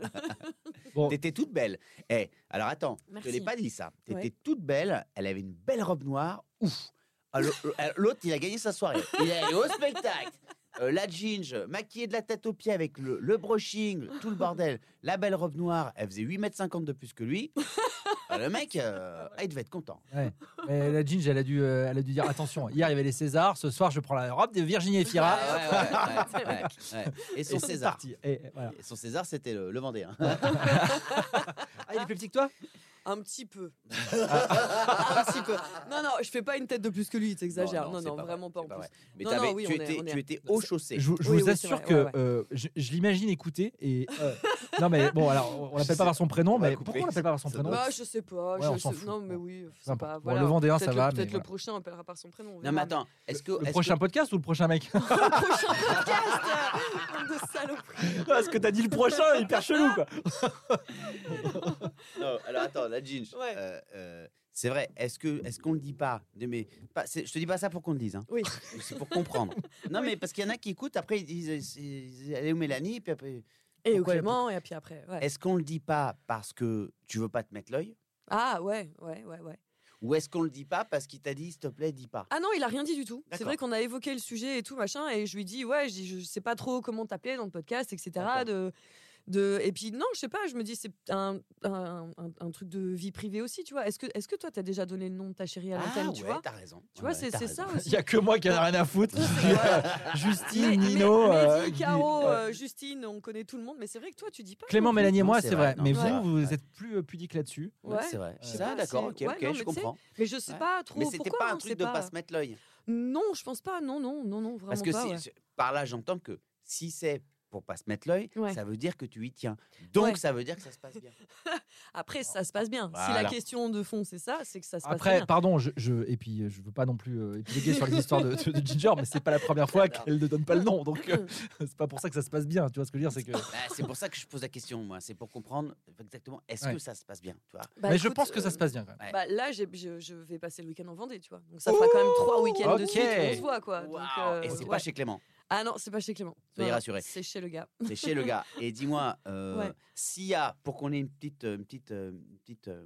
S3: Bon,
S2: T'étais toute belle. Eh, alors attends, je te
S4: Merci.
S2: l'ai pas dit ça. T'étais
S4: Ouais.
S2: toute belle, elle avait une belle robe noire. Ouf. Ah, le- euh, L'autre, il a gagné sa soirée. Il est allé au spectacle. Euh, la ginge, maquillée de la tête aux pieds avec le, le brushing, tout le bordel. La belle robe noire, elle faisait 8m50 de plus que lui. Ah, le mec, euh, ah, il devait être content.
S3: mais la Ginge, elle a dû, euh, elle a dû dire attention. Hier, il y avait les Césars. Ce soir, je prends la robe de Virginie
S2: Ah,
S3: Efira.
S2: ouais, ouais, ouais, ouais, ouais. Et son
S3: Et c'est
S2: César.
S3: parti. Et, et voilà.
S2: Et son César, c'était le, hein. le Vendéen.
S3: Ah, il est plus petit que toi
S4: Un petit peu. un petit peu. Non, non, je fais pas une tête de plus que lui, t'exagères.
S2: Non, non,
S4: Non,
S2: c'est
S4: non,
S2: pas
S4: vraiment pas
S2: vrai,
S4: en
S2: c'est pas
S4: plus.
S2: vrai. Mais
S4: Non,
S2: t'avais-
S4: non, oui,
S2: tu,
S4: on est-
S2: étais,
S4: on est-
S2: tu étais
S3: Non,
S2: au
S3: ça-
S2: chaussée.
S3: Je, vous- je
S4: Oui,
S3: vous
S4: oui, c'est
S3: assure
S4: vrai,
S3: que
S4: ouais, ouais.
S3: euh, je, je l'imagine écouter et euh, non mais bon alors on- on l'appelle pas par son prénom
S2: On va
S3: mais
S2: couper.
S3: pourquoi on l'appelle pas par son
S2: Ça
S3: prénom
S4: Bah, je sais pas.
S3: Ouais,
S4: je
S3: on s'en
S4: sais-
S3: fout.
S4: Non, mais
S3: Bon,
S4: oui, je
S3: peu
S4: sais
S3: importe.
S4: pas.
S3: Bon,
S4: Voilà.
S3: le Vendéen, ça
S4: Peut-être
S3: va,
S4: le-
S3: mais
S4: Peut-être le
S3: voilà.
S4: prochain, on appellera par son prénom. on
S2: Non, mais
S4: verra.
S2: attends, est-ce que. est-ce
S3: Le
S2: que-
S3: prochain podcast ou le prochain mec
S4: le prochain podcast euh, de saloperie.
S3: Parce que t'as dit le prochain hyper chelou quoi.
S2: Non, alors attends, la ginge.
S4: Ouais.
S2: euh, euh, c'est vrai, est-ce que est-ce qu'on le dit pas de- mais, pas, c'est- Je te dis pas ça pour qu'on le dise, hein.
S4: Oui.
S2: c'est pour comprendre. Non, mais parce qu'il y en a qui écoutent, après ils disent euh, c'est- c'est- elle est où Mélanie puis après,
S4: Et au
S2: Pourquoi-
S4: Clément, et puis après. ouais.
S2: Est-ce qu'on le dit pas parce que tu veux pas te mettre l'œil
S4: Ah ouais, ouais, ouais, ouais.
S2: Ou est-ce qu'on le dit pas parce qu'il t'a dit s'il te plaît, dis pas
S4: Ah non, il a rien dit du tout. C'est
S2: D'accord.
S4: vrai qu'on a évoqué le sujet et tout machin, et je lui dis ouais, je, dis, je sais pas trop comment t'appeler dans le podcast, etc.
S2: D'accord.
S4: De, de, et puis non, je sais pas. Je me dis c'est un, un, un- un truc de vie privée aussi, tu vois. Est-ce que, est-ce que toi t'as déjà donné le nom de ta chérie à l'antenne,
S2: Ah
S4: tu
S2: ouais,
S4: vois
S2: t'as raison.
S4: Tu vois,
S2: Ouais,
S4: c'est
S2: t'as
S4: c'est
S2: raison.
S4: ça
S3: Il
S4: aussi.
S3: y a que moi qui en a rien à foutre. Justine,
S4: Mais- mais-
S3: Nino, euh,
S4: Mehdi,
S3: Guy-
S4: Caro,
S3: euh,
S4: euh, Justine, on connaît tout le monde, mais c'est vrai que toi tu dis pas.
S3: Clément,
S4: non plus.
S3: Mélanie et
S2: Non,
S3: moi
S2: c'est
S3: c'est vrai,
S2: vrai, non,
S3: mais
S4: c'est
S2: vrai.
S3: vous vous
S2: Ouais.
S3: êtes plus euh, pudique là-dessus.
S2: Ouais,
S4: Ouais.
S2: c'est vrai.
S3: sais
S2: Ah,
S4: pas,
S2: d'accord, ok,
S4: c'est- ouais,
S2: ok,
S4: non, mais
S2: je
S4: tu
S2: comprends.
S4: Mais je sais
S2: Ouais.
S4: pas trop.
S2: Mais c'était
S4: pourquoi,
S2: pas
S4: hein,
S2: un truc
S4: c'est
S2: de
S4: pas-
S2: pas se mettre l'œil.
S4: Non, je pense pas. Non, non, non, non, vraiment
S2: Parce que
S4: pas.
S2: si-
S4: ouais.
S2: si- par là, j'entends que si c'est pour pas se mettre l'œil,
S4: Ouais.
S2: ça veut dire que tu y tiens. Donc
S4: Ouais.
S2: ça veut dire que ça se passe bien.
S4: Après, ça se passe bien. Si la
S2: Voilà.
S4: question de fond c'est ça, c'est que ça se passe
S3: Après,
S4: bien.
S3: pardon, je, je- et puis euh, je veux pas non plus euh, épiloguer sur les histoires de, de- de Ginger, mais c'est pas la première fois qu'elle ne donne pas le nom, donc euh, c'est pas pour ça que ça se passe bien. Tu vois ce que je veux dire, c'est que.
S2: Bah, c'est pour ça que je pose la question, moi. C'est pour comprendre exactement est-ce
S3: Ouais.
S2: que ça se passe bien, tu vois.
S4: Bah,
S3: mais je
S4: écoute,
S3: pense que ça
S4: euh,
S3: se passe bien quand même.
S2: Ouais.
S4: Bah, là, j'ai- je, je vais passer le week-end en Vendée, tu vois. Donc ça fera quand même trois week-ends de
S3: ok.
S4: suite. où On se voit quoi.
S2: Waouh
S4: Donc, euh,
S2: Et c'est
S4: ouais.
S2: pas chez Clément,
S4: Ah non, c'est pas chez Clément.
S2: Soyez
S4: Non, non,
S2: rassurés.
S4: C'est chez le gars.
S2: c'est chez le gars. Et dis-moi, euh,
S4: Ouais.
S2: s'il y a, pour qu'on ait une petite, euh, une petite, euh, une petite, euh,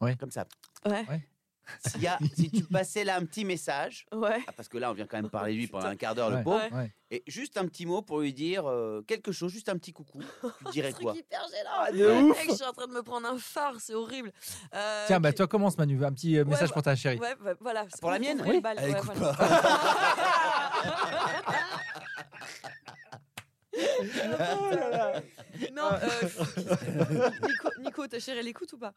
S3: Ouais.
S2: comme ça,
S4: Ouais.
S2: s'il y a- si tu passais là un petit message,
S4: Ouais.
S2: ah, parce que là on vient quand même parler de lui pendant un quart d'heure,
S3: Ouais.
S2: le pauvre,
S4: Ouais.
S3: Ouais.
S2: et juste un petit mot pour lui dire euh, quelque chose, juste un petit coucou, tu dirais
S4: Un truc
S2: quoi
S4: hyper gênant.
S2: de
S4: Ouais,
S2: ouf.
S4: mec, je suis en train de me prendre un phare, c'est horrible. Euh,
S3: Tiens, bah
S4: que-
S3: toi commence Manu, un petit euh,
S4: Ouais,
S3: message
S4: bah-
S3: pour ta chérie.
S4: Ouais, bah, voilà.
S2: Pour la
S4: Ouvrez
S2: mienne
S4: le
S3: Oui.
S4: bal,
S1: Allez,
S4: ouais,
S1: coupe
S4: voilà. non, euh, Nico, Nico, ta chérie, elle écoute ou pas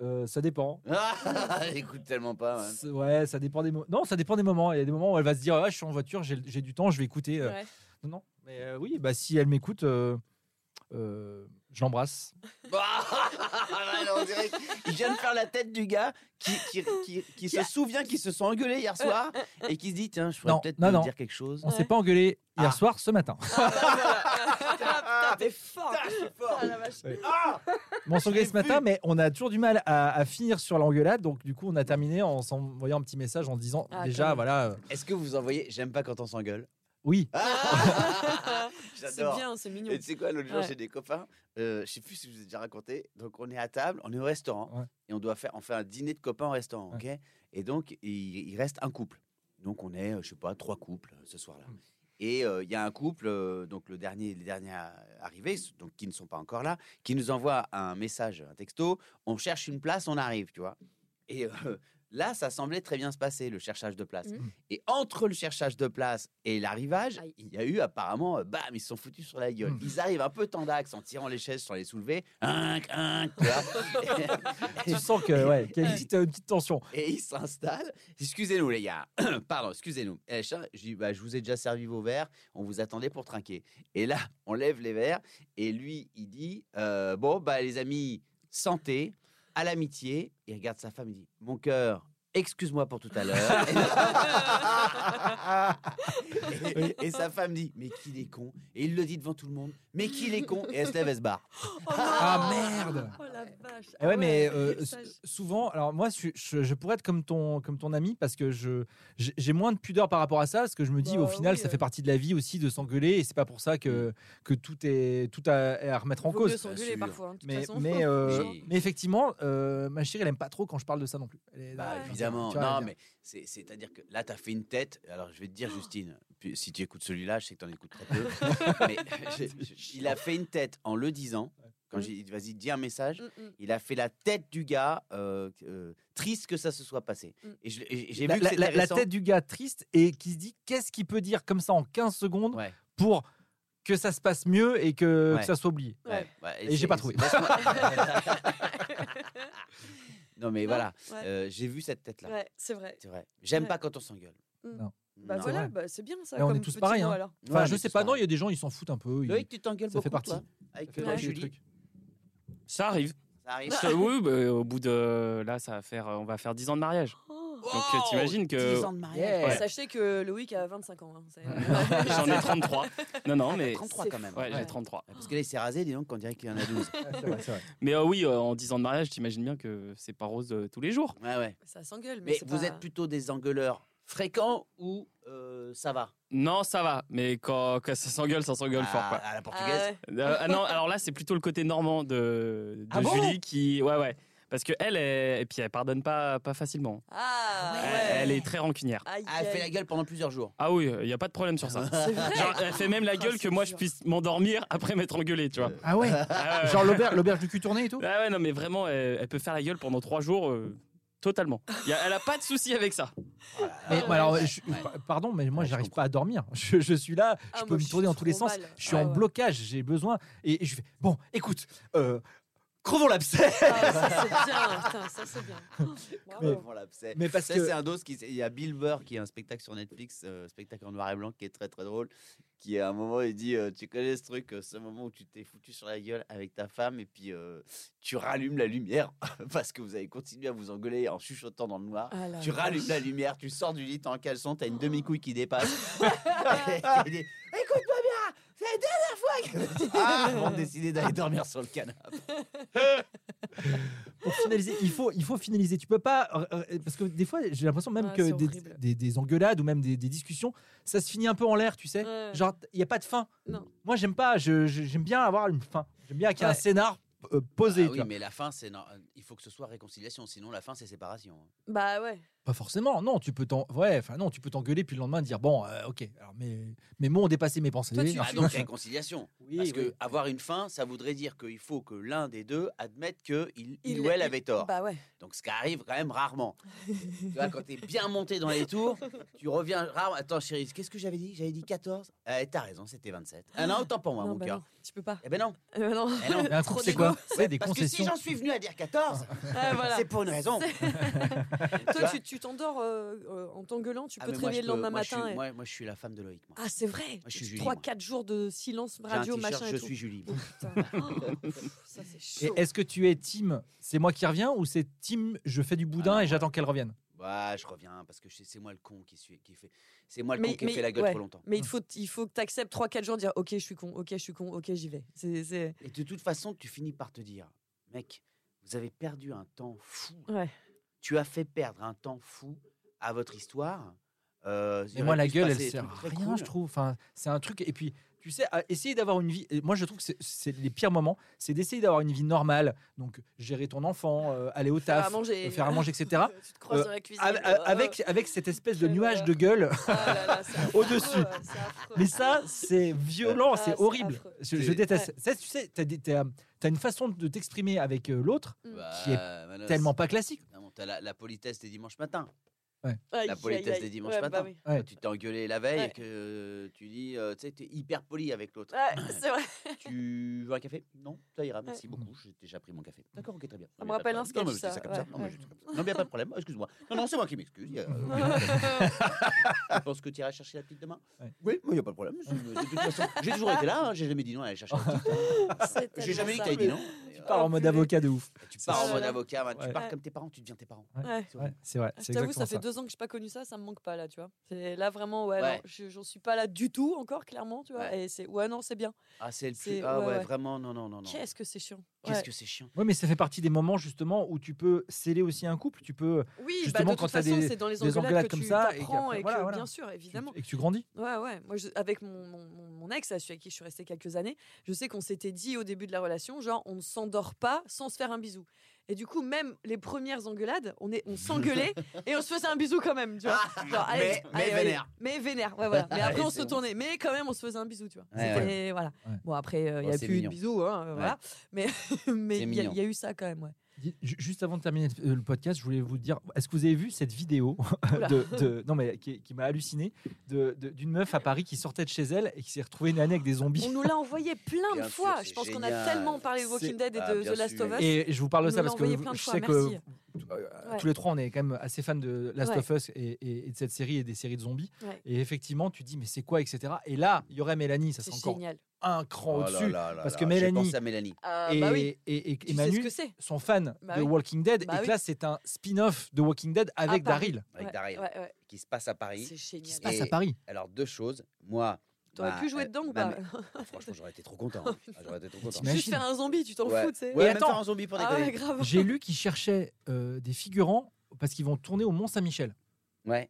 S3: Euh, ça dépend.
S2: Ah, elle écoute tellement pas. hein.
S3: C'est- Ouais, ça dépend des moments. Non, ça dépend des moments. Il y a des moments où elle va se dire ah, Je suis en voiture, j'ai j'ai du temps, je vais écouter. euh.
S4: Ouais.
S3: Non, non. Mais euh, oui, bah, si elle m'écoute, euh, euh, je l'embrasse.
S2: Bah, là, on dirait qu'il vient de faire la tête du gars qui, qui, qui, qui se souvient qu'ils se sont engueulés hier soir et qui se dit Tiens, je pourrais
S3: Non,
S2: peut-être
S3: non,
S2: te
S3: non.
S2: dire quelque chose.
S3: On
S4: Ouais.
S3: s'est pas engueulé hier
S2: Ah.
S3: soir, ce matin.
S4: bah, Ah, putain, t'es fort
S2: fort.
S4: Ah, la vache.
S3: Bon, on s'est engueulé ce matin, mais on a toujours du mal à, à finir sur l'engueulade. Donc, du coup, on a terminé en s'envoyant un petit message en se disant
S4: Ah, quand
S3: Déjà,
S4: même.
S3: voilà, euh,
S2: Est-ce que vous envoyez J'aime pas quand on s'engueule
S3: oui.
S4: C'est
S2: J'adore.
S4: bien, c'est mignon.
S2: Et tu sais quoi, l'autre jour,
S4: Ouais.
S2: j'ai des copains, euh, je sais plus si je vous ai déjà raconté, donc on est à table, on est au restaurant,
S3: Ouais.
S2: et on doit faire, on fait un dîner de copains au restaurant, ok Et donc, il, il reste un couple. Donc on est, euh, je sais pas, trois couples euh, ce soir-là.
S3: Mm.
S2: Et euh, il y a un couple, euh, donc le dernier, les derniers à- arrivés, s- donc qui ne sont pas encore là, qui nous envoie un message, un texto, on cherche une place, on arrive, tu vois. Et euh, là, ça semblait très bien se passer, le cherchage de place.
S4: Mhm.
S2: Et entre le cherchage de place et l'arrivage,
S4: Aïe.
S2: il y a eu apparemment, euh, bam, ils se sont foutus sur la gueule.
S3: Mhm.
S2: Ils arrivent un peu tendax en tirant les chaises sans les soulever. Hinc, hinc, tu vois.
S3: Tu sens que, ouais, qu'il y a une petite, euh, une petite tension.
S2: et ils s'installent. Excusez-nous, les gars. Pardon, excusez-nous. Et machin, Je dis, bah, je vous ai déjà servi vos verres. On vous attendait pour trinquer. Et là, on lève les verres. Et lui, il dit, euh, bon, bah, les amis, santé, à l'amitié. Il regarde sa femme, il dit, mon cœur, excuse-moi pour tout à l'heure. Et là- et, et sa femme dit, mais qu'il est con. Et il le dit devant tout le monde, mais qu'il est con. Et elle se lève, elle se barre.
S4: Oh, non.
S3: Ah, merde.
S4: Oh la vache
S3: Eh ouais, mais euh,
S4: ça,
S3: s- souvent, alors moi, je, je- je pourrais être comme ton, comme ton ami parce que je j'ai j'ai moins de pudeur par rapport à ça, parce que je me dis
S4: Bah
S3: au final,
S4: oui,
S3: ça
S4: euh.
S3: fait partie de la vie aussi de s'engueuler, et c'est pas pour ça que que tout est tout à, est à remettre en
S4: vaut mieux
S3: cause.
S2: Bien
S4: s'engueuler
S2: sûr.
S4: parfois, hein, de toute
S3: Mais
S4: façon.
S3: mais euh,
S2: Oui.
S3: mais effectivement, euh, ma chérie, elle aime pas trop quand je parle de ça non plus. Elle est-
S2: Bah,
S4: Ouais.
S2: évidemment.
S3: hein. Tu vois, elle
S2: Non,
S3: aime
S2: mais c'est- c'est-à-dire que là, tu as fait une tête. Alors, je vais te
S3: Oh.
S2: dire, Justine, puis si tu écoutes celui-là, je sais que tu en écoutes très peu. mais j'ai- j'ai- il a fait une tête en le disant.
S3: Mmh.
S2: Quand j'ai dit, vas-y, dis un message.
S4: Mm, mm.
S2: Il a fait la tête du gars, euh, euh, triste que ça se soit passé.
S4: Mm.
S2: Et je- et j'ai
S3: Mmh. La,
S2: vu que
S3: la-
S2: c'était
S3: la- la
S2: récent.
S3: tête du gars triste et qui se dit qu'est-ce qu'il peut dire comme ça en 15 secondes
S2: Ouais.
S3: pour que ça se passe mieux et que, que
S2: Ouais.
S3: ça soit oublié.
S4: Ouais.
S2: ouais, bah,
S3: Et j'ai
S2: c'est-
S3: pas trouvé.
S2: non, mais voilà,
S4: Ouais.
S2: euh, j'ai vu cette tête-là.
S4: Ouais, c'est vrai.
S2: C'est vrai. J'aime
S4: Ouais.
S2: pas quand on s'engueule.
S3: Non.
S4: Bah
S2: Non.
S4: voilà,
S3: vrai.
S4: bah, c'est bien ça.
S3: Et on est
S4: comme
S3: tous
S4: petit
S3: pareils,
S4: mot,
S3: hein.
S4: alors.
S3: Enfin,
S2: Ouais,
S3: je
S2: mais
S3: sais
S2: c'est
S3: pas, non,
S2: pareil.
S3: il y a des gens, ils s'en foutent un peu. ils-
S2: Loïc, tu t'engueules
S3: Ça fait
S2: beaucoup,
S3: partie.
S2: toi Avec
S3: ça fait
S2: euh,
S3: partie du
S2: Julie
S3: truc.
S6: Ça arrive.
S2: Ça arrive.
S6: Ça, oui, bah, au bout de. Là, ça va faire. On va faire 10 ans de mariage.
S4: Oh.
S6: Donc, euh, t'imagines que-
S2: 10 ans de mariage.
S6: Ouais.
S4: Sachez que Loïc a 25 ans. hein, c'est-
S6: J'en ai 33. Non, non, mais.
S2: 33
S4: C'est
S2: quand même.
S6: hein. Ouais,
S4: Ouais.
S6: j'ai 33.
S2: Parce que là, il s'est rasé, dis donc, on dirait qu'il y en a 12.
S3: Ah, c'est vrai, c'est vrai.
S6: Mais euh, oui, euh, en 10 ans de mariage, t'imagines bien que c'est pas rose euh, tous les jours.
S2: ouais, ouais.
S4: Ça s'engueule. Mais,
S2: Mais
S4: c'est
S2: vous
S4: pas-
S2: êtes plutôt des engueuleurs fréquents ou euh, ça va
S6: Non, ça va. Mais quand, quand ça s'engueule, ça s'enguule
S2: à,
S6: fort, quoi.
S2: à la
S4: Ah
S2: portugaise
S4: ouais.
S6: Euh, ah non, alors là, c'est plutôt le côté normand de, de
S3: Ah bon
S6: Julie qui. Ouais, ouais. Parce que elle, est- et puis elle pardonne pas, pas facilement.
S4: Ah ouais.
S6: Elle- Elle est très rancunière.
S4: Aïe,
S2: Ah, Elle fait la
S4: aïe.
S2: gueule pendant plusieurs jours.
S6: Ah oui, il n'y a pas de problème sur ça.
S4: C'est vrai.
S6: Genre, elle fait même la
S4: Ah,
S6: gueule que
S4: c'est Euh,
S6: moi je
S4: dur.
S6: puisse m'endormir après m'être engueulé, tu vois.
S3: Ah ouais
S6: Ah ouais,
S3: Genre l'auberge l'auberge du cul tourné et tout
S6: Ah ouais, non, mais vraiment, elle, elle peut faire la gueule pendant trois jours, euh, totalement. Y a- elle a pas de souci avec ça.
S3: Mais
S4: ouais,
S3: moi, alors,
S4: ouais.
S3: je- pa- pardon, mais moi,
S2: Ouais, je
S3: j'arrive
S2: comprends.
S3: pas à dormir. Je, je suis là,
S4: Ah,
S3: je
S4: moi,
S3: peux me
S4: suis
S3: tourner dans tous les
S4: trop
S3: sens.
S4: mal.
S3: Je suis
S4: Ah,
S3: en
S4: ouais.
S3: blocage, j'ai besoin. Et, et je fais, bon, écoute, euh, crevons l'abcès
S4: Ah, ça c'est bien. Putain, ça c'est bien. Oh,
S3: Mais-
S4: bravo.
S2: Avant l'abcès.
S3: Mais parce
S2: Ça,
S3: que.
S2: c'est un dos qui. Il y a Bill Burr qui est un spectacle sur Netflix, euh, spectacle en noir et blanc qui est très très drôle. Qui à un moment, il dit euh, Tu connais ce truc, euh, ce moment où tu t'es foutu sur la gueule avec ta femme et puis euh, tu rallumes la lumière parce que vous avez continué à vous engueuler en chuchotant dans le noir.
S4: Ah, la
S2: Tu
S4: vache.
S2: rallumes la lumière, tu sors du lit, t'es en caleçon, t'as une demi-couille qui dépasse. Et il dit, Écoute-moi bien, c'est la dernière fois que ah, on décidé d'aller dormir sur le canapé.
S3: pour finaliser, il faut, il faut finaliser. Tu peux pas. euh, euh, Parce que des fois, j'ai l'impression même
S4: Ah,
S3: que
S4: c'est
S3: des,
S4: horrible.
S3: des- des engueulades ou même des, des discussions, ça se finit un peu en l'air, tu sais.
S4: Ouais.
S3: Genre, il n'y a pas de fin.
S4: Non.
S3: Moi, j'aime pas. je- je- J'aime bien avoir une fin. J'aime bien qu'il y ait un
S4: Ouais.
S3: scénar euh, posé.
S7: Ah
S3: tu
S7: oui,
S3: vois.
S7: mais la fin, c'est non,
S2: euh,
S7: il faut que ce soit réconciliation, sinon la fin, c'est séparation.
S4: Bah ouais.
S3: Pas forcément, non, tu peux t'en... Ouais, enfin non, tu peux t'engueuler puis le lendemain dire bon, euh, ok, alors mes, mes mots ont dépassé mes pensées.
S4: Toi, tu-
S3: Non,
S7: Ah donc réconciliation.
S3: oui,
S7: Parce
S3: oui.
S7: que avoir une fin, ça voudrait dire qu'il faut que l'un des deux admette que il, il
S4: Il-
S7: ou elle avait tort.
S4: Bah ouais.
S7: Donc ce qui arrive quand même rarement. tu vois, quand t'es bien monté dans les tours, tu reviens rarement. Attends chérie, qu'est-ce que j'avais dit J'avais dit 14 euh, T'as raison, c'était 27. Ah non, autant pour moi,
S4: non,
S7: mon
S4: bah
S7: cœur.
S4: non, tu peux pas.
S7: Eh ben non.
S4: Eh ben non.
S7: Eh non.
S3: Mais un
S4: Trop
S3: truc, c'est
S4: d'égo.
S3: quoi C'est des
S7: Parce que si
S3: concessions.
S7: j'en suis venu à dire 14,
S4: Ouais, voilà.
S7: c'est pour une raison.
S4: Toi, tu- tu t'endors euh, euh, en t'engueulant, tu
S7: Ah,
S4: peux
S7: mais
S4: te
S7: moi, je
S4: réveiller le
S7: peux-
S4: lendemain
S7: moi, je suis-
S4: matin. et-
S7: moi, moi, je suis la femme de Loïc. Moi.
S4: Ah, c'est vrai.
S7: je suis Julie,
S4: Trois,
S7: moi.
S4: quatre jours de silence
S7: J'ai un
S4: Ah, radio,
S7: t-shirt,
S4: machin et
S7: je
S4: tout.
S7: suis Julie.
S4: Oh,
S7: moi.
S4: putain. Oh, ça, c'est chaud.
S3: Et est-ce que tu es team c'est moi qui reviens ou c'est team je fais du
S4: Ah
S3: boudin
S7: non,
S3: et j'attends qu'elle revienne
S7: Bah, je reviens parce que je- c'est moi le con qui, suis, qui fait. C'est moi le
S4: Mais-
S7: con qui
S4: mais-
S7: fait la gueule
S4: ouais.
S7: trop longtemps.
S4: Mais il faut, il faut que tu acceptes 3-4 jours de dire Ok, je suis con, ok, je suis con, ok, j'y vais. C'est, c'est-
S7: Et de toute façon, tu finis par te dire, mec, vous avez perdu un temps fou.
S4: Ouais.
S7: Tu as fait perdre un temps fou à votre histoire. Euh, il
S3: Et
S7: aurait
S3: moi la
S7: pu se
S3: gueule elle
S7: passer des
S3: sert
S7: trucs
S3: à
S7: très
S3: rien
S7: cool.
S3: je trouve. Enfin, c'est un truc et puis tu sais à- essayer d'avoir une vie et moi je trouve que c'est, c'est les pires moments, c'est d'essayer d'avoir une vie normale. Donc gérer ton enfant, euh, aller au
S4: Faire à
S3: taf,
S4: manger.
S3: euh, faire à manger etc.
S4: tu te croises
S3: Euh,
S4: dans la cuisine.
S3: Avec,
S4: euh,
S3: avec avec cette espèce de
S4: quelle
S3: nuage
S4: horreur.
S3: de gueule
S4: oh là là, c'est affreux,
S3: au-dessus.
S4: euh, c'est affreux.
S3: Mais ça, c'est violent,
S4: Ah,
S3: c'est
S4: c'est
S3: horrible.
S4: affreux.
S3: Je, je
S7: C'est-
S3: déteste. Ça, tu sais, t'as, des- t'as- t'as une façon de t'exprimer avec euh, l'autre qui est
S7: Bah, voilà,
S3: tellement pas classique.
S7: c'est- non, t'as la, la politesse des dimanches matins.
S4: Aïe,
S7: La
S4: aïe,
S7: politesse
S4: aïe.
S7: des dimanches
S4: Ouais,
S7: matins.
S4: bah oui.
S3: Ouais.
S7: Quand tu t'es engueulé la veille
S4: Ouais.
S7: et que euh, tu dis, euh, tu sais, t'es hyper poli avec l'autre.
S4: Ouais, c'est vrai.
S7: Tu veux un café Non, ça ira, merci
S3: Ouais.
S7: beaucoup, j'ai déjà pris mon café. D'accord, ok, très bien.
S4: Ça
S7: Non,
S4: me
S7: mais
S4: rappelle
S7: pas
S4: un
S7: de problème.
S4: sketch,
S7: Non, mais je dis ça comme ça.
S4: ça,
S7: Non, mais je dis ça comme ça. Non, mais y a pas de problème, excuse-moi. Non, non, c'est moi qui m'excuse. y a- euh, Tu penses que tu iras chercher la petite demain
S3: Ouais.
S7: Oui, il n'y a pas de problème. c'est- de toute façon, J'ai toujours été là, hein, j'ai jamais dit non à aller chercher la
S3: Ah,
S7: petite. hein.
S4: C'est
S7: J'ai jamais dit que
S4: tellement
S7: t'avais dit non. Et, euh,
S3: Pars en mode
S4: Ah, purée.
S3: avocat de ouf.
S7: Tu pars en
S4: ça.
S7: mode avocat, man,
S3: Ouais.
S7: tu pars
S4: Ouais.
S7: comme tes parents, tu deviens tes parents.
S4: ça. Ouais.
S3: Ouais, c'est vrai.
S4: Ah, Je
S3: C'est
S4: t'avoue,
S3: exactement
S4: ça fait
S3: ça.
S4: deux ans que j'ai pas connu ça, ça me manque pas là, tu vois. C'est là vraiment, ouais,
S7: Ouais.
S4: non, je- j'en suis pas là du tout encore, clairement, tu vois.
S7: Ouais.
S4: Et c'est, ouais, non, c'est bien.
S7: Ah, c'est le plus.
S4: C'est-
S7: Ah
S4: ouais,
S7: ouais,
S4: ouais.
S7: vraiment, non, non, non, non.
S4: Qu'est-ce que c'est chiant.
S7: Qu'est-ce
S4: Ouais.
S7: que c'est chiant.
S3: Oui, mais ça fait partie des moments justement où tu peux sceller aussi un couple, tu peux
S4: Oui,
S3: Justement,
S4: bah, de
S3: quand
S4: toute
S3: t'as
S4: façon,
S3: des-
S4: c'est dans les
S3: des
S4: engueulades,
S3: engueulades
S4: que
S3: comme
S4: tu
S3: ça, et
S4: t'apprends
S3: qu'après,
S4: et, que,
S3: voilà, voilà.
S4: bien sûr, évidemment.
S3: et que tu grandis.
S4: Ouais, ouais. Moi, je- avec mon, mon, mon- mon ex, là, celui avec qui je suis restée quelques années, je sais qu'on s'était dit au début de la relation, genre, on ne s'endort pas sans se faire un bisou. Et du coup, même les premières engueulades, on, est, on s'engueulait et on se faisait un bisou quand même, tu vois. Genre,
S7: Ah, mais- mais vénère.
S4: Mais vénère, ouais, voilà. Mais après,
S7: Et
S4: on
S7: c'est
S4: se retournait. Mais quand même, on se faisait un bisou, tu vois.
S7: Ouais,
S4: C'était- voilà.
S3: Ouais.
S4: Bon, après, euh, il
S7: Oh,
S4: n'y a
S7: c'est
S4: plus eu de
S7: mignon.
S4: bisous, hein, euh, voilà. Mais mais
S7: C'est
S4: il y, a-
S7: mignon.
S4: il y a eu ça quand même, ouais.
S3: Dis- ju- Juste avant de terminer euh, le podcast, je voulais vous dire, est-ce que vous avez vu cette vidéo de, de- non mais qui, qui m'a halluciné de- de- d'une meuf à Paris qui sortait de chez elle et qui s'est retrouvée une année avec des zombies.
S4: On nous l'a envoyé plein
S7: Bien
S4: de
S7: sûr,
S4: fois.
S7: c'est
S4: Je pense qu'on a
S7: génial.
S4: tellement parlé de Walking Dead et
S7: Ah,
S4: de
S7: bien
S4: The Last
S7: sûr.
S4: of Us.
S3: Et je vous parle de
S4: On
S3: ça
S4: nous
S3: parce
S4: l'a
S3: que
S4: envoyé
S3: vous-
S4: plein de
S3: je
S4: fois,
S3: sais que
S4: merci.
S3: euh,
S4: Ouais.
S3: tous les trois, on est quand même assez fans de Last
S4: Ouais.
S3: of Us et, et- et de cette série et des séries de zombies.
S4: Ouais.
S3: Et effectivement, tu dis, mais c'est quoi, etc. Et là, il y aurait Mélanie, ça c'est
S4: C'est
S3: encore
S4: génial.
S3: un cran
S7: Oh là
S3: au-dessus.
S7: là là
S3: parce
S7: là,
S3: que
S7: j'ai
S3: Mélanie-
S7: pensé à Mélanie.
S4: Ah,
S3: et,
S4: bah oui.
S3: et- et- et
S4: Tu sais ce
S3: Manu
S4: que c'est.
S3: sont fans
S4: Bah
S3: de
S4: oui.
S3: Walking Dead
S4: Bah
S3: et que
S4: oui. Ah,
S3: là c'est un spin-off de Walking Dead avec
S4: Paris.
S3: Daryl
S7: Avec
S4: Ouais,
S7: Daryl,
S4: ouais, ouais.
S7: qui se passe à Paris.
S4: C'est
S3: qui se
S4: génial.
S7: Et-
S3: passe à Paris.
S7: Alors, deux choses. Moi.
S4: T'aurais
S7: ma-
S4: pu jouer
S7: euh,
S4: dedans
S7: ma
S4: ou pas
S7: mé- Ah, Franchement, j'aurais été trop content. hein. Ah, J'aurais été trop content.
S3: T'imagines
S4: Juste faire un zombie, tu t'en
S7: Ouais.
S4: fous, tu sais.
S7: Ouais,
S3: Et
S7: même
S3: attends.
S7: faire un zombie pour
S4: ah
S7: déconner.
S4: ouais, grave.
S3: J'ai lu qu'ils cherchaient euh, des figurants parce qu'ils vont tourner au Mont Saint-Michel.
S7: Ouais.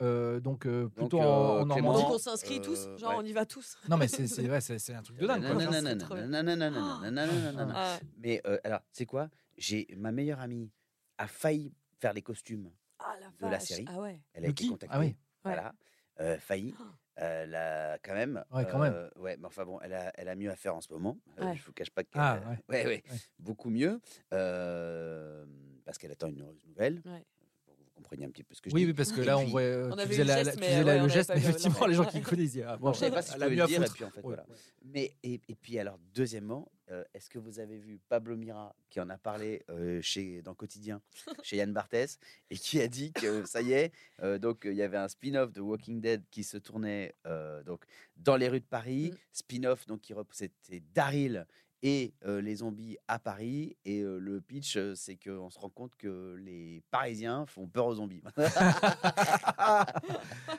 S3: Euh, donc euh, plutôt
S7: euh,
S3: en, en
S7: Clément-
S3: Normandie.
S4: Donc on s'inscrit tous,
S7: Euh,
S4: genre
S7: ouais.
S4: on y va tous.
S3: Non mais c'est c'est- ouais, c'est- c'est un truc de dingue. quoi.
S4: non, non,
S7: Nanana,
S4: c'est trop bien.
S7: nanana, nanana, nanana, nanana.
S4: Ah,
S7: Mais euh, alors, c'est quoi J'ai ma meilleure amie a failli faire les costumes.
S4: ah, la
S7: De la
S4: vache.
S7: série.
S4: Ah ouais.
S7: Elle a
S3: De
S7: été
S3: qui
S7: contactée.
S3: Ah oui.
S7: Voilà. Euh, failli. Euh, là, quand même.
S3: Oh! Ouais, quand même.
S7: euh, ouais, mais enfin bon, elle a, elle a mieux à faire en ce moment. Euh,
S4: Ouais.
S7: Je vous cache pas qu'elle.
S3: Ah,
S7: euh, ouais. ouais,
S3: Ouais.
S7: Beaucoup mieux. euh, parce qu'elle attend une heureuse nouvelle.
S4: Ouais.
S7: Pour que vous compreniez un petit peu ce que je
S3: Oui,
S7: dis.
S3: oui, parce que
S7: Et
S3: là, on
S7: puis-
S3: voit. euh,
S4: On
S3: tu
S4: avait
S3: faisais
S4: eu le
S3: la- la-
S4: geste,
S3: tu
S4: mais
S3: faisais
S4: ouais,
S3: la-
S4: on
S3: le
S4: avait
S3: geste,
S4: pas
S3: mais
S4: eu le-
S3: effectivement, les gens qui connaissent. ils disaient, Ah, bon,
S7: Je savais pas si je
S3: elle a
S7: pouvais
S3: mieux
S7: le
S3: à
S7: dire, et
S3: foutre.
S7: puis en fait,
S3: Ouais.
S7: voilà. Mais, et, et puis alors, deuxièmement, euh, est-ce que vous avez vu Pablo Mira qui en a parlé euh, chez, dans Quotidien, chez Yann Barthès, et qui a dit que ça y est, euh, donc il y avait un spin-off de Walking Dead qui se tournait euh, donc, dans les rues de Paris,
S4: Mm.
S7: spin-off, donc qui rep- c'était Daryl et euh, les zombies à Paris, et euh, le pitch, euh, c'est qu'on se rend compte que les Parisiens font peur aux zombies.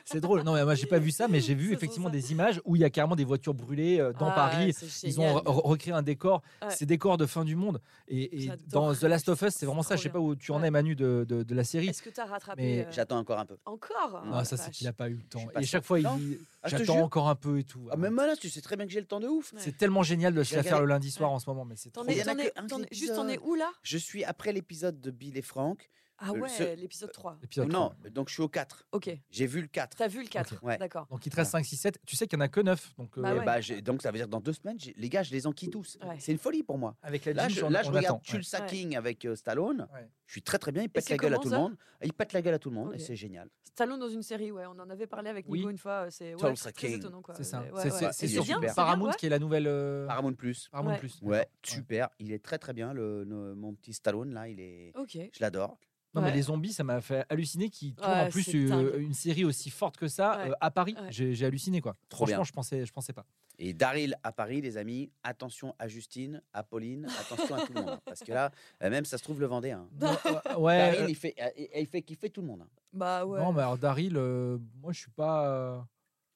S3: C'est drôle. Non, mais moi, j'ai pas vu ça, mais j'ai vu
S4: C'est
S3: effectivement
S4: trop ça.
S3: des images où il y a carrément des voitures brûlées euh, dans
S4: Ah
S3: Paris.
S4: ouais, c'est
S3: Ils ont
S4: génial.
S3: re- re- recréé un décor,
S4: Ouais.
S3: ces décors de fin du monde. Et, et dans
S4: J'adore.
S3: The Last of Us, c'est vraiment
S4: C'est
S3: ça. Je
S4: trop
S3: sais pas
S4: bien.
S3: où tu en
S4: Ouais.
S3: es, Manu, de, de- de la série.
S4: Est-ce que t'as rattrapé
S3: Mais
S4: euh,
S7: J'attends encore un peu.
S4: encore
S7: Non,
S4: Ah, la
S3: Ah, ça, c'est
S4: vache.
S3: qu'il a pas eu le temps.
S7: suis pas
S3: Et
S7: sûr.
S3: chaque fois, il
S7: Non.
S3: dit
S7: Ah, je te
S3: J'attends
S7: jure.
S3: encore un peu et tout.
S7: Ah, même là, tu sais très bien que j'ai le temps de ouf.
S4: Ouais.
S3: C'est tellement génial de se
S7: J'ai
S3: la faire le lundi samedi soir en ce moment, mais c'est
S4: T'en
S3: trop
S4: es-
S3: bien.
S4: t'en
S2: que
S4: es-
S2: un
S4: t'en es-
S2: seul
S4: Juste, t'en es où là
S2: Je suis après l'épisode de Bill et Franck.
S4: Ah
S2: Euh,
S4: ouais,
S2: ce-
S4: l'épisode 3.
S3: Épisode
S2: non,
S3: trois.
S2: donc je suis au 4.
S4: Ok,
S2: J'ai vu le 4.
S4: t'as vu le 4.
S2: Ok. Ouais.
S4: D'accord.
S3: Donc il te reste 5, 6, 7. Tu sais qu'il n'y en a que 9. Donc, euh,
S4: Bah
S2: Eh
S4: ouais.
S2: bah, j'ai- donc ça veut dire que dans deux semaines, j'ai- les gars, je les enquille tous.
S4: Ouais.
S2: C'est une folie pour moi.
S3: Avec la
S2: Là,
S3: gym,
S2: je,
S3: on-
S2: là, je
S3: on
S2: regarde
S3: attend, ouais.
S2: Chul Sacking avec euh, Stallone.
S3: Ouais.
S2: Je suis très très bien. Il pète
S4: c'est
S2: la gueule à
S4: comment,
S2: tout le
S4: ça
S2: monde. Il pète la gueule à tout le monde
S4: Ok.
S2: et c'est génial.
S4: Stallone dans une série, ouais, on en avait parlé avec Nico
S3: Oui.
S4: une fois. euh, C'est ouais,
S2: Tulsa
S4: c'est très
S2: King.
S4: étonnant quoi.
S3: C'est ça.
S4: Ouais,
S3: c'est
S4: ouais.
S3: c'est-
S2: ouais.
S3: c'est
S2: Il est
S3: sur
S2: bien, c'est
S3: Paramount
S4: bien, ouais.
S3: qui est la nouvelle. euh,
S2: Paramount Plus.
S3: Paramount
S4: Ouais.
S3: Plus.
S2: Ouais, super. Il est très très bien. Le, le- mon petit Stallone là, il est.
S4: Ok.
S2: Je l'adore.
S3: Non,
S4: Ouais.
S3: mais les zombies, ça m'a fait halluciner qu'ils tournent
S4: Ouais,
S3: en plus
S4: c'est
S3: euh,
S4: dingue.
S3: une, série aussi forte que ça
S4: Ouais.
S3: euh, à Paris.
S4: Ouais.
S3: J'ai j'ai halluciné quoi.
S2: Trop
S3: Franchement,
S2: bien.
S3: je pensais, je pensais pas.
S2: Et Daryl à Paris, les amis, attention à Justine, à Pauline, attention à tout le monde. hein. Parce que là, euh, même ça se trouve le Vendéen. hein.
S3: Ouais, ouais.
S2: Daryl, il fait, euh, il il fait kiffer tout le monde. hein.
S4: Bah ouais.
S3: Non, mais alors Daryl, euh, moi je suis pas. euh,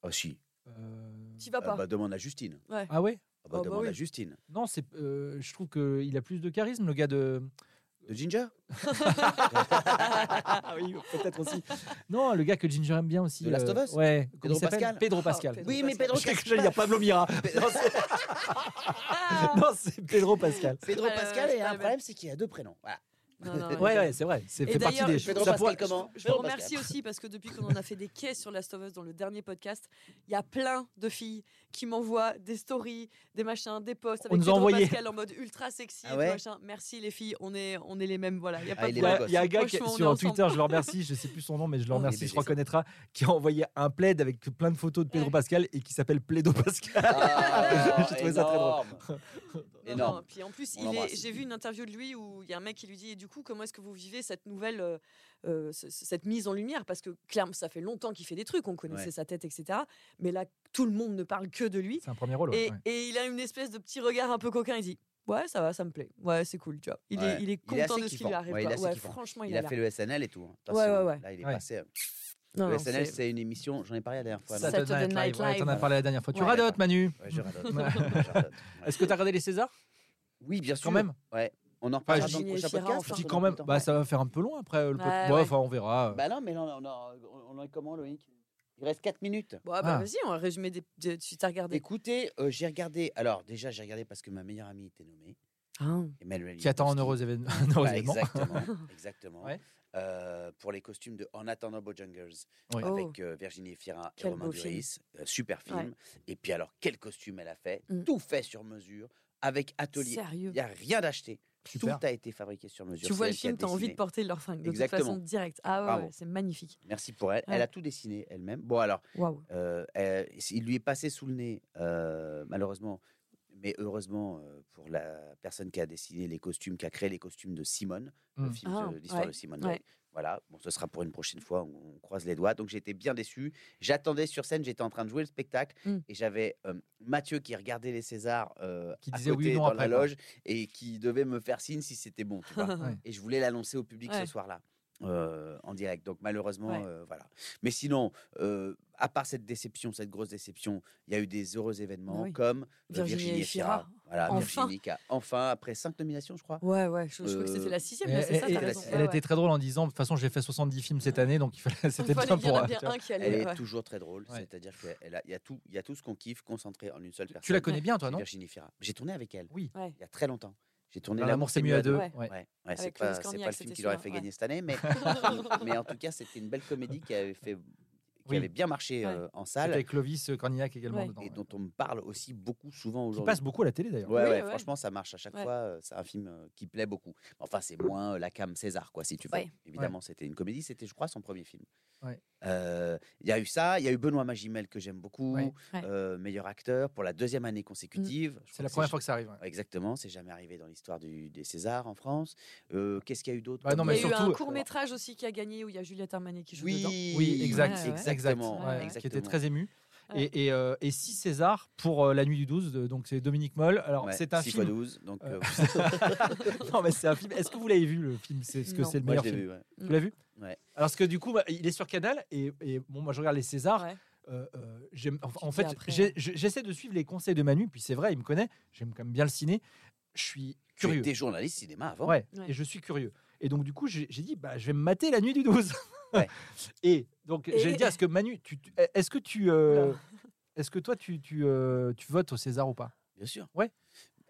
S2: Ah si.
S3: euh,
S4: T'y vas
S2: Ah
S4: pas.
S2: bah, demande à Justine.
S4: Ouais.
S3: Ah ouais
S2: Ah bah,
S4: Ah bah
S2: demande
S4: oui.
S2: à Justine.
S3: Non, c'est. euh, je trouve que il a plus de charisme, le gars de.
S2: De Ginger
S3: Ah oui, peut-être aussi. Non, le gars que Ginger aime bien aussi. euh,
S2: De Last of Us
S3: Ouais. comment
S2: Pedro
S3: il s'appelle
S2: Pascal
S3: Pedro
S4: Ah,
S3: Pascal.
S4: Pedro
S2: Oui, mais Pedro
S3: Je sais que j'allais dire Pablo Mira.
S2: Pedro,
S4: Ah
S3: Non, c'est Pedro Pascal.
S2: Pedro
S4: pas le-
S2: Pascal,
S4: c'est
S2: et
S4: pas le
S2: un
S4: même.
S2: problème, c'est qu'il a deux prénoms. Voilà.
S4: Non, non,
S3: Ouais, ouais, c'est vrai. C'est
S4: Et
S3: fait partie
S4: d'ailleurs,
S3: des.
S4: je-
S2: Pedro
S3: ça
S2: Pascal,
S3: pourrait-
S2: comment
S4: Je vous
S2: Pedro
S4: remercie
S2: Pascal.
S4: aussi parce que depuis qu'on en a fait des caisses sur Last of Us dans le dernier podcast, il y a plein de filles qui m'envoient des stories, des machins, des posts
S3: On
S4: avec
S3: nous a
S4: Pedro
S3: envoyé.
S4: Pascal en mode ultra sexy,
S2: Ah
S4: et tout
S2: ouais
S4: machin. Merci les filles, on est on est les mêmes voilà. Il y a
S2: Ah,
S4: pas
S2: il
S4: de
S2: est
S3: Il
S2: beau
S3: y,
S2: gosse.
S4: problème.
S3: a, il y a un gars qui-
S4: Franchement, on est
S3: sur Twitter,
S4: ensemble.
S3: je le remercie, je sais plus son nom, mais je le
S4: Oh,
S3: remercie,
S2: mais
S3: je
S2: c'est ça.
S3: reconnaîtra, qui a envoyé un plaid avec plein de photos de Pedro
S4: Ouais.
S3: Pascal et qui s'appelle Plédo Pascal.
S2: Ah,
S3: J'ai trouvé ça très drôle.
S2: énorme.
S4: Non,
S2: Énorme.
S4: non, Puis en plus,
S2: On
S4: il est,
S2: l'embrasse.
S4: j'ai vu une interview de lui où il y a un mec qui lui dit Et du coup, comment est-ce que vous vivez cette nouvelle, euh, euh, ce- ce- cette mise en lumière Parce que clairement, ça fait longtemps qu'il fait des trucs, on connaissait
S2: Ouais.
S4: sa tête, etc. Mais là, tout le monde ne parle que de lui.
S3: C'est un premier rôle. ouais,
S4: Et,
S3: ouais.
S4: et il a une espèce de petit regard un peu coquin. Il dit Ouais, ça va, ça me plaît. Ouais, c'est cool, tu vois. Il, est,
S2: Ouais.
S4: il
S2: Il
S4: est
S2: est
S4: content
S2: assez
S4: de ce qui
S2: kiffant.
S4: lui arrive.
S2: Ouais, il
S4: quoi.
S2: est assez
S4: Ouais,
S2: kiffant.
S4: franchement, il,
S2: Il a
S4: l'air-
S2: fait le SNL et tout. hein.
S4: Oh Ouais, ouais,
S2: Attention,
S4: ouais.
S2: Là, il est
S3: Ouais.
S2: passé.
S4: Non,
S2: le
S4: non,
S2: SNL,
S4: c'est-
S2: c'est une émission, j'en ai parlé la dernière fois. non
S4: Ça- Saturday Night
S3: ouais,
S4: Live.
S3: t'en as parlé la dernière fois. Tu
S2: Ouais.
S3: radotes, Manu.
S2: Ouais, je radote.
S3: Ouais.
S2: Je radote. Ouais.
S3: Est-ce que t'as regardé les Césars
S2: Oui, bien sûr.
S3: quand même
S2: On en reparlera
S3: je
S2: dans
S4: dis-
S2: le prochain
S4: Chira,
S2: podcast.
S4: Ah, enfin.
S3: Je
S2: parce
S3: dis
S2: qu'on
S3: quand
S2: a
S3: même,
S2: plus le temps.
S3: bah, ça va faire un peu loin après euh, le
S4: Ouais,
S3: podcast.
S4: ouais.
S3: Ouais, Enfin, on verra.
S2: Bah non, mais non, on, a- on est comment, Loïc Il reste 4 minutes.
S4: Bon, ah bah,
S3: Ah.
S4: vas-y, on va résumer. Des... des- Tu t'as regardé.
S2: Écoutez, euh, j'ai regardé. Alors, déjà, j'ai regardé parce que ma meilleure amie était nommée.
S4: Hein
S2: Emmanuel
S3: Qui attend un
S2: Yakovsky.
S3: heureux évén- un heureux
S2: Bah,
S3: événement.
S2: Exactement. exactement.
S3: Ouais.
S2: Euh, pour les costumes de En attendant Bojangles
S3: Oui.
S2: avec euh, Virginie Efira et
S4: Oh. Quel
S2: Romain
S4: beau film.
S2: Duris. Euh, super film.
S4: Ouais.
S2: Et puis alors, quel costume elle a fait
S4: Mm.
S2: Tout fait sur mesure, avec atelier.
S4: Sérieux.
S2: Il n'y a rien d'acheté. Tout
S3: Super.
S2: a été fabriqué sur mesure.
S4: Tu
S2: C'est
S4: vois le
S2: elle qui a
S4: film, t'as envie
S2: dessiné.
S4: de porter leur fringue. De
S2: Exactement.
S4: toute façon, direct. Ah ouais,
S2: Bravo.
S4: ouais, c'est magnifique.
S2: Merci pour elle.
S4: Ouais.
S2: Elle a tout dessiné elle-même. Bon, alors,
S4: Waouh.
S2: euh, elle- il lui est passé sous le nez, euh, malheureusement, mais heureusement euh, pour la personne qui a dessiné les costumes, qui a créé les costumes de Simone, le
S3: Mm.
S2: film
S4: Ah,
S2: de l'histoire
S4: ouais,
S2: de Simone.
S4: ouais.
S2: Veil. Voilà, bon, ce sera pour une prochaine fois, on, on croise les doigts. Donc j'étais bien déçu. J'attendais sur scène, j'étais en train de jouer le spectacle
S4: Mm.
S2: et j'avais euh, Mathieu qui regardait les Césars euh,
S3: Qui
S2: à
S3: disait oui ou
S2: côté
S3: non
S2: dans
S3: après,
S2: la
S3: quoi.
S2: loge et qui devait me faire signe si c'était bon. Tu vois
S3: Ouais.
S2: et je voulais l'annoncer au public
S4: Ouais.
S2: ce soir-là. euh, en direct, donc malheureusement,
S4: Ouais.
S2: euh, voilà. Mais sinon, euh, à part cette déception, cette grosse déception, il y a eu des heureux événements
S4: Ah oui.
S2: comme euh,
S4: Virginie
S2: Virginie
S4: Efira.
S2: Efira. Voilà,
S4: Enfin.
S2: Virginie qui a enfin, après cinq nominations, je crois.
S4: Ouais, ouais, je, je crois que
S2: Euh,
S4: c'était la sixième,
S3: Et-
S4: là, c'est
S3: et-
S4: ça,
S3: et-
S4: t'as
S2: la
S4: raison.
S2: sixième.
S4: Ouais,
S3: elle
S4: ouais.
S3: était très drôle en disant de toute façon j'ai fait 70 films cette année donc il fallait-
S4: Il
S3: c'était
S4: fallait
S3: bien
S4: qu'il y en
S3: pour
S4: a
S3: euh,
S4: bien
S3: tu vois.
S4: un qui allait.
S2: Elle est
S4: ouais.
S2: toujours très drôle,
S3: Ouais.
S2: c'est-à-dire qu'il y a tout, il y a tout ce qu'on kiffe concentré en une seule personne.
S3: euh, tu la connais bien toi
S2: c'est
S3: non
S2: Virginie Fira. J'ai tourné avec elle.
S3: Oui.
S4: Ouais.
S2: Il y a très longtemps. J'ai tourné
S3: Dans l'amour c'est mieux à deux
S4: Ouais.
S3: ouais.
S2: Ouais, ouais, c'est
S4: Avec
S2: pas,
S4: Louis
S2: c'est pas
S4: Cornillac,
S2: le
S4: c'était
S2: film qui leur a
S4: celui-là,
S2: fait
S4: ouais.
S2: gagner cette année, mais, mais en tout cas, c'était une belle comédie qui avait fait, qui
S3: Oui.
S2: avait bien marché
S4: Ouais.
S2: euh, en
S3: C'était
S2: salle
S3: avec Clovis euh, Cornillac également
S4: Ouais.
S3: dedans
S2: et
S3: ouais.
S2: dont on me parle aussi beaucoup souvent
S3: qui
S2: aujourd'hui.
S3: passe beaucoup à la télé d'ailleurs
S2: Ouais,
S4: Oui,
S2: ouais,
S4: ouais.
S2: franchement, ça marche à chaque
S4: Ouais.
S2: fois. euh, C'est un film euh, qui plaît beaucoup. Enfin, c'est moins euh, la cam César, quoi, si tu veux.
S4: Ouais.
S2: Évidemment, c'était une comédie. C'était, je crois, son premier film. Euh, Il
S3: Ouais.
S2: y a eu ça. Il y a eu Benoît Magimel, que j'aime beaucoup.
S3: Ouais. Mmh.
S4: Ouais.
S2: euh, meilleur acteur pour la deuxième année consécutive. Je
S3: c'est
S2: crois
S3: la
S2: que
S3: première fois que ça arrive ouais.
S2: Exactement, c'est jamais arrivé dans l'histoire du- des Césars en France. Euh, Qu'est-ce qu'il y a eu d'autre
S3: Bah non,
S4: Il
S2: comme-
S4: y a
S3: mais
S4: eu un
S3: surtout-
S4: court métrage aussi qui a gagné où il y a Juliette Armanet qui joue dedans.
S2: Oui,
S3: oui exact
S4: Ouais, ouais.
S2: exactement.
S4: Ouais, ouais.
S2: exactement.
S3: qui était très ému
S4: Ouais.
S3: et, et, euh, et 6 César pour euh, la nuit du 12 de- donc c'est Dominique Moll alors
S2: Ouais,
S3: c'est un
S2: 6
S3: film
S2: fois 12, donc
S3: Euh,
S2: euh,
S3: non mais c'est un film est-ce que vous l'avez vu le film c'est ce que
S4: Non.
S3: c'est le
S2: moi je
S3: meilleur
S2: l'ai
S3: film
S2: vu. ouais.
S3: tu l'as vu
S2: Ouais.
S3: alors ce que du coup bah, il est sur Canal et, et bon moi je regarde les Césars
S4: Ouais.
S3: Euh, euh, j'aime- en,
S4: Tu
S3: en
S4: le dis
S3: fait,
S4: après,
S3: j'ai-
S4: hein.
S3: je- j'essaie de suivre les conseils de Manu, puis c'est vrai, il me connaît, j'aime quand même bien le ciné. Je suis
S2: Tu
S3: curieux.
S2: étais journaliste cinéma avant.
S3: Ouais,
S4: Ouais.
S3: et je suis curieux. Et donc, du coup, j'ai j'ai dit, bah, je vais me mater la nuit du 12.
S2: Ouais.
S3: et donc,
S4: Et-
S3: j'ai dit, est-ce que Manu, tu, tu- est-ce que tu. euh, est-ce que toi, tu, tu, euh, tu votes au César ou pas
S2: Bien sûr.
S3: Ouais.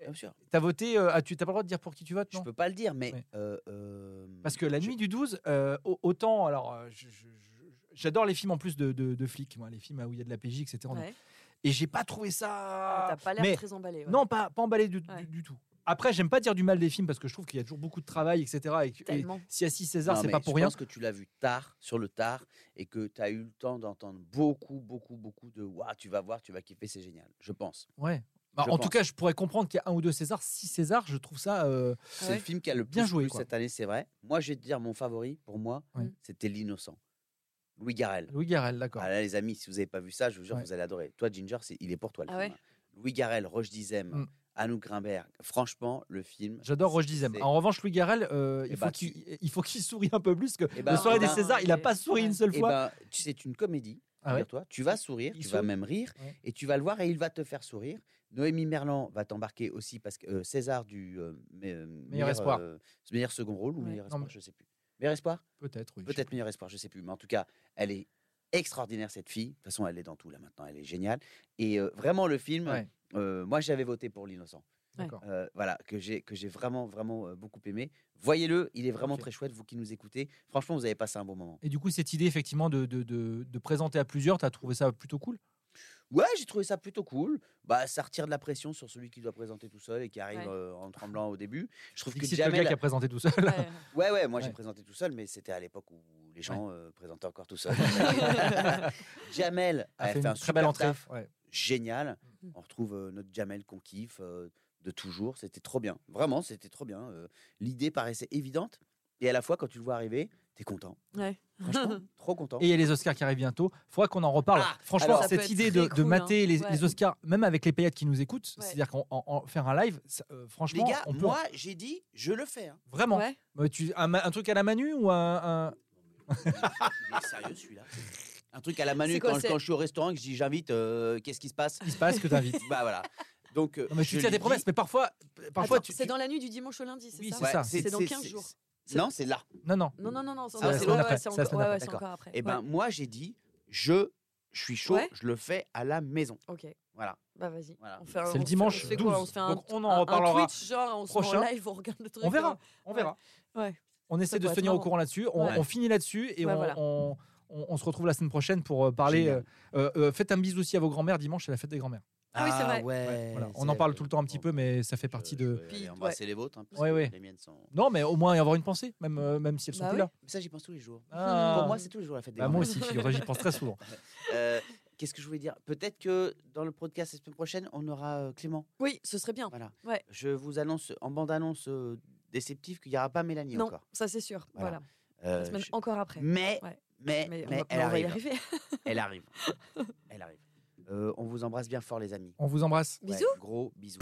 S2: Bien sûr.
S3: T'as voté, euh, ah, tu t'as pas le droit de dire pour qui tu votes,
S2: Je
S3: non
S2: peux pas le dire, mais.
S3: Ouais.
S2: euh, euh,
S3: Parce que la
S2: je-
S3: nuit du 12, euh, au- autant, alors, euh, je- je- je- j'adore les films en plus de, de, de flics, moi, les films euh, où il y a de la PJ, etc. Donc,
S4: Ouais. Ah,
S3: Et j'ai pas trouvé ça.
S4: T'as pas l'air
S3: mais-
S4: très emballé. ouais.
S3: Non, pas, pas emballé du, du-
S4: Ouais.
S3: du tout. Après, j'aime pas dire du mal des films parce que je trouve qu'il y a toujours beaucoup de travail, etc. Et, que- et
S4: Tellement.
S3: si à 6 César,
S2: Non,
S3: c'est
S2: mais
S3: pas pour
S2: je
S3: rien.
S2: pense que tu l'as vu tard, sur le tard, et que tu as eu le temps d'entendre beaucoup, beaucoup, beaucoup de Waouh, tu vas voir, tu vas kiffer, c'est génial. Je pense.
S3: Ouais. Bah,
S2: Je
S3: en tout
S2: pense.
S3: cas, je pourrais comprendre qu'il y a un ou deux Césars. 6 Césars, je trouve ça. euh,
S2: C'est le film qui a le
S3: Bien
S2: plus
S3: joué,
S2: plu
S3: quoi.
S2: cette année, c'est vrai. Moi, je vais te dire mon favori, pour moi,
S3: Ouais.
S2: c'était L'Innocent. Louis Garrel.
S3: Louis Garrel, d'accord.
S2: Ah là, les amis, si vous n'avez pas vu ça, je vous jure,
S3: Ouais.
S2: vous allez adorer. Toi, Ginger, c'est- il est pour toi. Le
S4: Ah
S2: film,
S4: ouais
S2: hein. Louis Garrel, Roche Dizem,
S3: Mm.
S2: Anouk Grimberg. Franchement, le film.
S3: J'adore Roche
S2: c'est-
S3: Dizem.
S2: c'est-
S3: En revanche, Louis Garrel, euh,
S2: Eh
S3: il,
S2: bah,
S3: faut
S2: tu-
S3: qu'il, il faut qu'il sourie un peu plus. Que
S2: Eh bah,
S3: le soir
S2: eh
S3: des
S2: ben,
S3: Césars, il a pas souri
S4: ouais.
S3: une seule
S2: Eh
S3: fois.
S2: ben, tu- c'est une comédie.
S3: Ah ouais
S2: toi, tu vas sourire,
S3: Il
S2: tu vas
S3: sourit.
S2: même rire,
S3: Ouais.
S2: et tu vas le voir et il va te faire sourire. Noémie Merlan va t'embarquer aussi parce que euh, César du euh, me- euh,
S3: espoir.
S2: euh, meilleur second rôle ou
S4: Ouais.
S2: meilleur
S3: Non,
S2: espoir,
S3: mais-
S2: je sais plus. Meilleur espoir,
S3: Peut-être, oui.
S2: peut-être meilleur espoir, je sais plus. Mais en tout cas, elle est extraordinaire cette fille. De toute façon, elle est dans tout là maintenant, elle est géniale. Et euh, vraiment le film,
S3: Ouais.
S2: euh, moi j'avais voté pour l'innocent.
S3: D'accord.
S2: Euh, voilà, que j'ai que j'ai vraiment vraiment euh, beaucoup aimé. Voyez-le, il est vraiment
S3: Ok.
S2: très chouette. Vous qui nous écoutez, franchement, vous avez passé un bon moment.
S3: Et du coup, cette idée, effectivement, de, de, de, de présenter à plusieurs, tu as trouvé ça plutôt cool
S2: Ouais, j'ai trouvé ça plutôt cool. Bah, ça retire de la pression sur celui qui doit présenter tout seul et qui arrive
S4: Ouais.
S2: euh, en tremblant au début. Je trouve que
S3: Dixit, le
S2: jamais.
S3: gars
S2: la-
S3: qui a présenté tout seul.
S4: Ouais.
S2: Ouais, ouais, moi j'ai
S3: Ouais.
S2: présenté tout seul, mais c'était à l'époque où les gens euh, présentaient encore tout seul. Jamel a, fait,
S3: une
S2: un
S3: très belle entrée.
S2: taf,
S3: Ouais.
S2: génial.
S4: Mm.
S2: On retrouve euh, notre Jamel qu'on kiffe euh, de toujours. C'était trop bien. Vraiment, c'était trop bien. Euh, L'idée paraissait évidente et à la fois quand tu le vois arriver, t'es content.
S4: Ouais.
S2: Franchement, trop content.
S3: Et il y a les Oscars qui arrivent bientôt. Faudra qu'on en reparle.
S2: Ah,
S3: Franchement,
S2: alors-
S4: Ça peut
S3: cette
S4: être
S3: idée
S4: très
S3: de, de
S4: cool,
S3: mater
S4: hein.
S3: les,
S4: Ouais.
S3: les Oscars, même avec les paillettes qui nous écoutent,
S4: Ouais.
S3: c'est-à-dire qu'en en- en faire un live, ça, euh,
S2: Les
S3: franchement,
S2: gars,
S3: on peut
S2: moi j'ai dit, je le fais. hein.
S3: vraiment.
S4: Ouais.
S3: Euh, tu, un, ma- un truc à la Manu ou un, un-
S2: Il est sérieux celui-là. Un truc à la Manu
S4: C'est quoi,
S2: quand,
S4: c'est-
S2: quand je suis au restaurant et que je dis j'invite, euh, qu'est-ce qui se passe
S3: il se passe que t'invites.
S2: Bah voilà. Donc euh,
S3: Non, mais tu
S2: je
S3: tiens
S2: lui
S3: des promesses,
S2: dis-
S3: mais parfois, parfois
S4: Attends,
S3: tu,
S4: C'est
S3: tu-
S4: dans la nuit du dimanche au lundi, c'est
S3: Oui,
S4: ça
S3: c'est ça.
S4: C'est dans 15 jours.
S2: c'est- Non, c'est là.
S3: non non.
S4: Non, non, non, non, c'est
S2: Ah,
S4: encore-
S2: c'est la
S3: semaine
S4: ouais, ouais, c'est
S3: après, c'est
S4: encore
S3: la
S4: ouais,
S3: semaine
S4: ouais,
S3: après,
S4: c'est
S2: d'accord.
S4: encore après.
S2: Et ben
S4: Ouais.
S2: moi j'ai dit je je suis chaud,
S4: Ouais.
S2: je le fais à la maison.
S4: Ok,
S2: Voilà.
S4: bah vas-y.
S2: Voilà.
S4: On fait un-
S3: C'est
S4: on
S3: le
S4: se-
S3: dimanche
S4: On se fait quoi
S3: 12.
S4: On se fait un,
S3: Donc, on en
S4: un- un
S3: reparlera
S4: Twitch, genre, on se met
S3: prochain.
S4: en live, on regarde le truc. euh.
S3: On verra, on
S4: Ouais.
S3: verra.
S4: Ouais.
S3: On essaie
S4: Ça
S3: de
S4: doit
S3: se
S4: être
S3: tenir au
S4: marrant.
S3: courant là-dessus. On,
S4: Ouais.
S3: on finit là-dessus et
S4: Ouais,
S3: on,
S4: voilà.
S3: on, on- on se retrouve la semaine prochaine pour euh, parler.
S2: Génial.
S3: euh, euh, euh, faites un bisou aussi à vos grands-mères dimanche, c'est la fête des grands-mères.
S4: Ah oui, c'est vrai.
S2: ouais,
S3: Ouais, voilà.
S2: c'est
S3: On en parle
S2: vrai.
S3: tout le temps un petit peu, mais ça fait partie
S2: Je- je
S3: de.
S2: vais
S4: Puis,
S2: aller
S4: ouais.
S2: embrasser les vôtres. hein, parce
S3: Ouais,
S2: que
S3: ouais.
S2: Les miennes sont.
S3: Non, mais au moins y avoir une pensée, même, euh, même si elles sont
S4: Bah
S3: plus
S4: oui.
S3: là.
S2: Mais ça j'y pense tous les jours.
S3: Ah.
S2: Pour moi c'est tous les jours la fête des
S3: Bah, moi
S2: grands-mères.
S3: aussi, figure-toi, j'y pense très souvent.
S2: Euh, Qu'est-ce que je voulais dire Peut-être que dans le podcast la semaine prochaine on aura euh, Clément.
S4: Oui, ce serait bien.
S2: Voilà.
S4: Ouais.
S2: Je vous annonce en bande-annonce euh, déceptive qu'il n'y aura pas Mélanie
S4: Non,
S2: encore.
S4: ça c'est sûr.
S2: Voilà.
S4: Voilà.
S2: Euh,
S4: La semaine
S2: je-
S4: encore après.
S2: Mais,
S4: Ouais.
S2: mais,
S4: Mais on
S2: mais
S4: va-
S2: elle,
S4: on va y
S2: arrive.
S4: arriver.
S2: elle arrive. Elle arrive. Euh, on vous embrasse bien fort, les amis.
S3: On vous embrasse.
S2: Ouais,
S4: Bisous.
S2: gros bisous.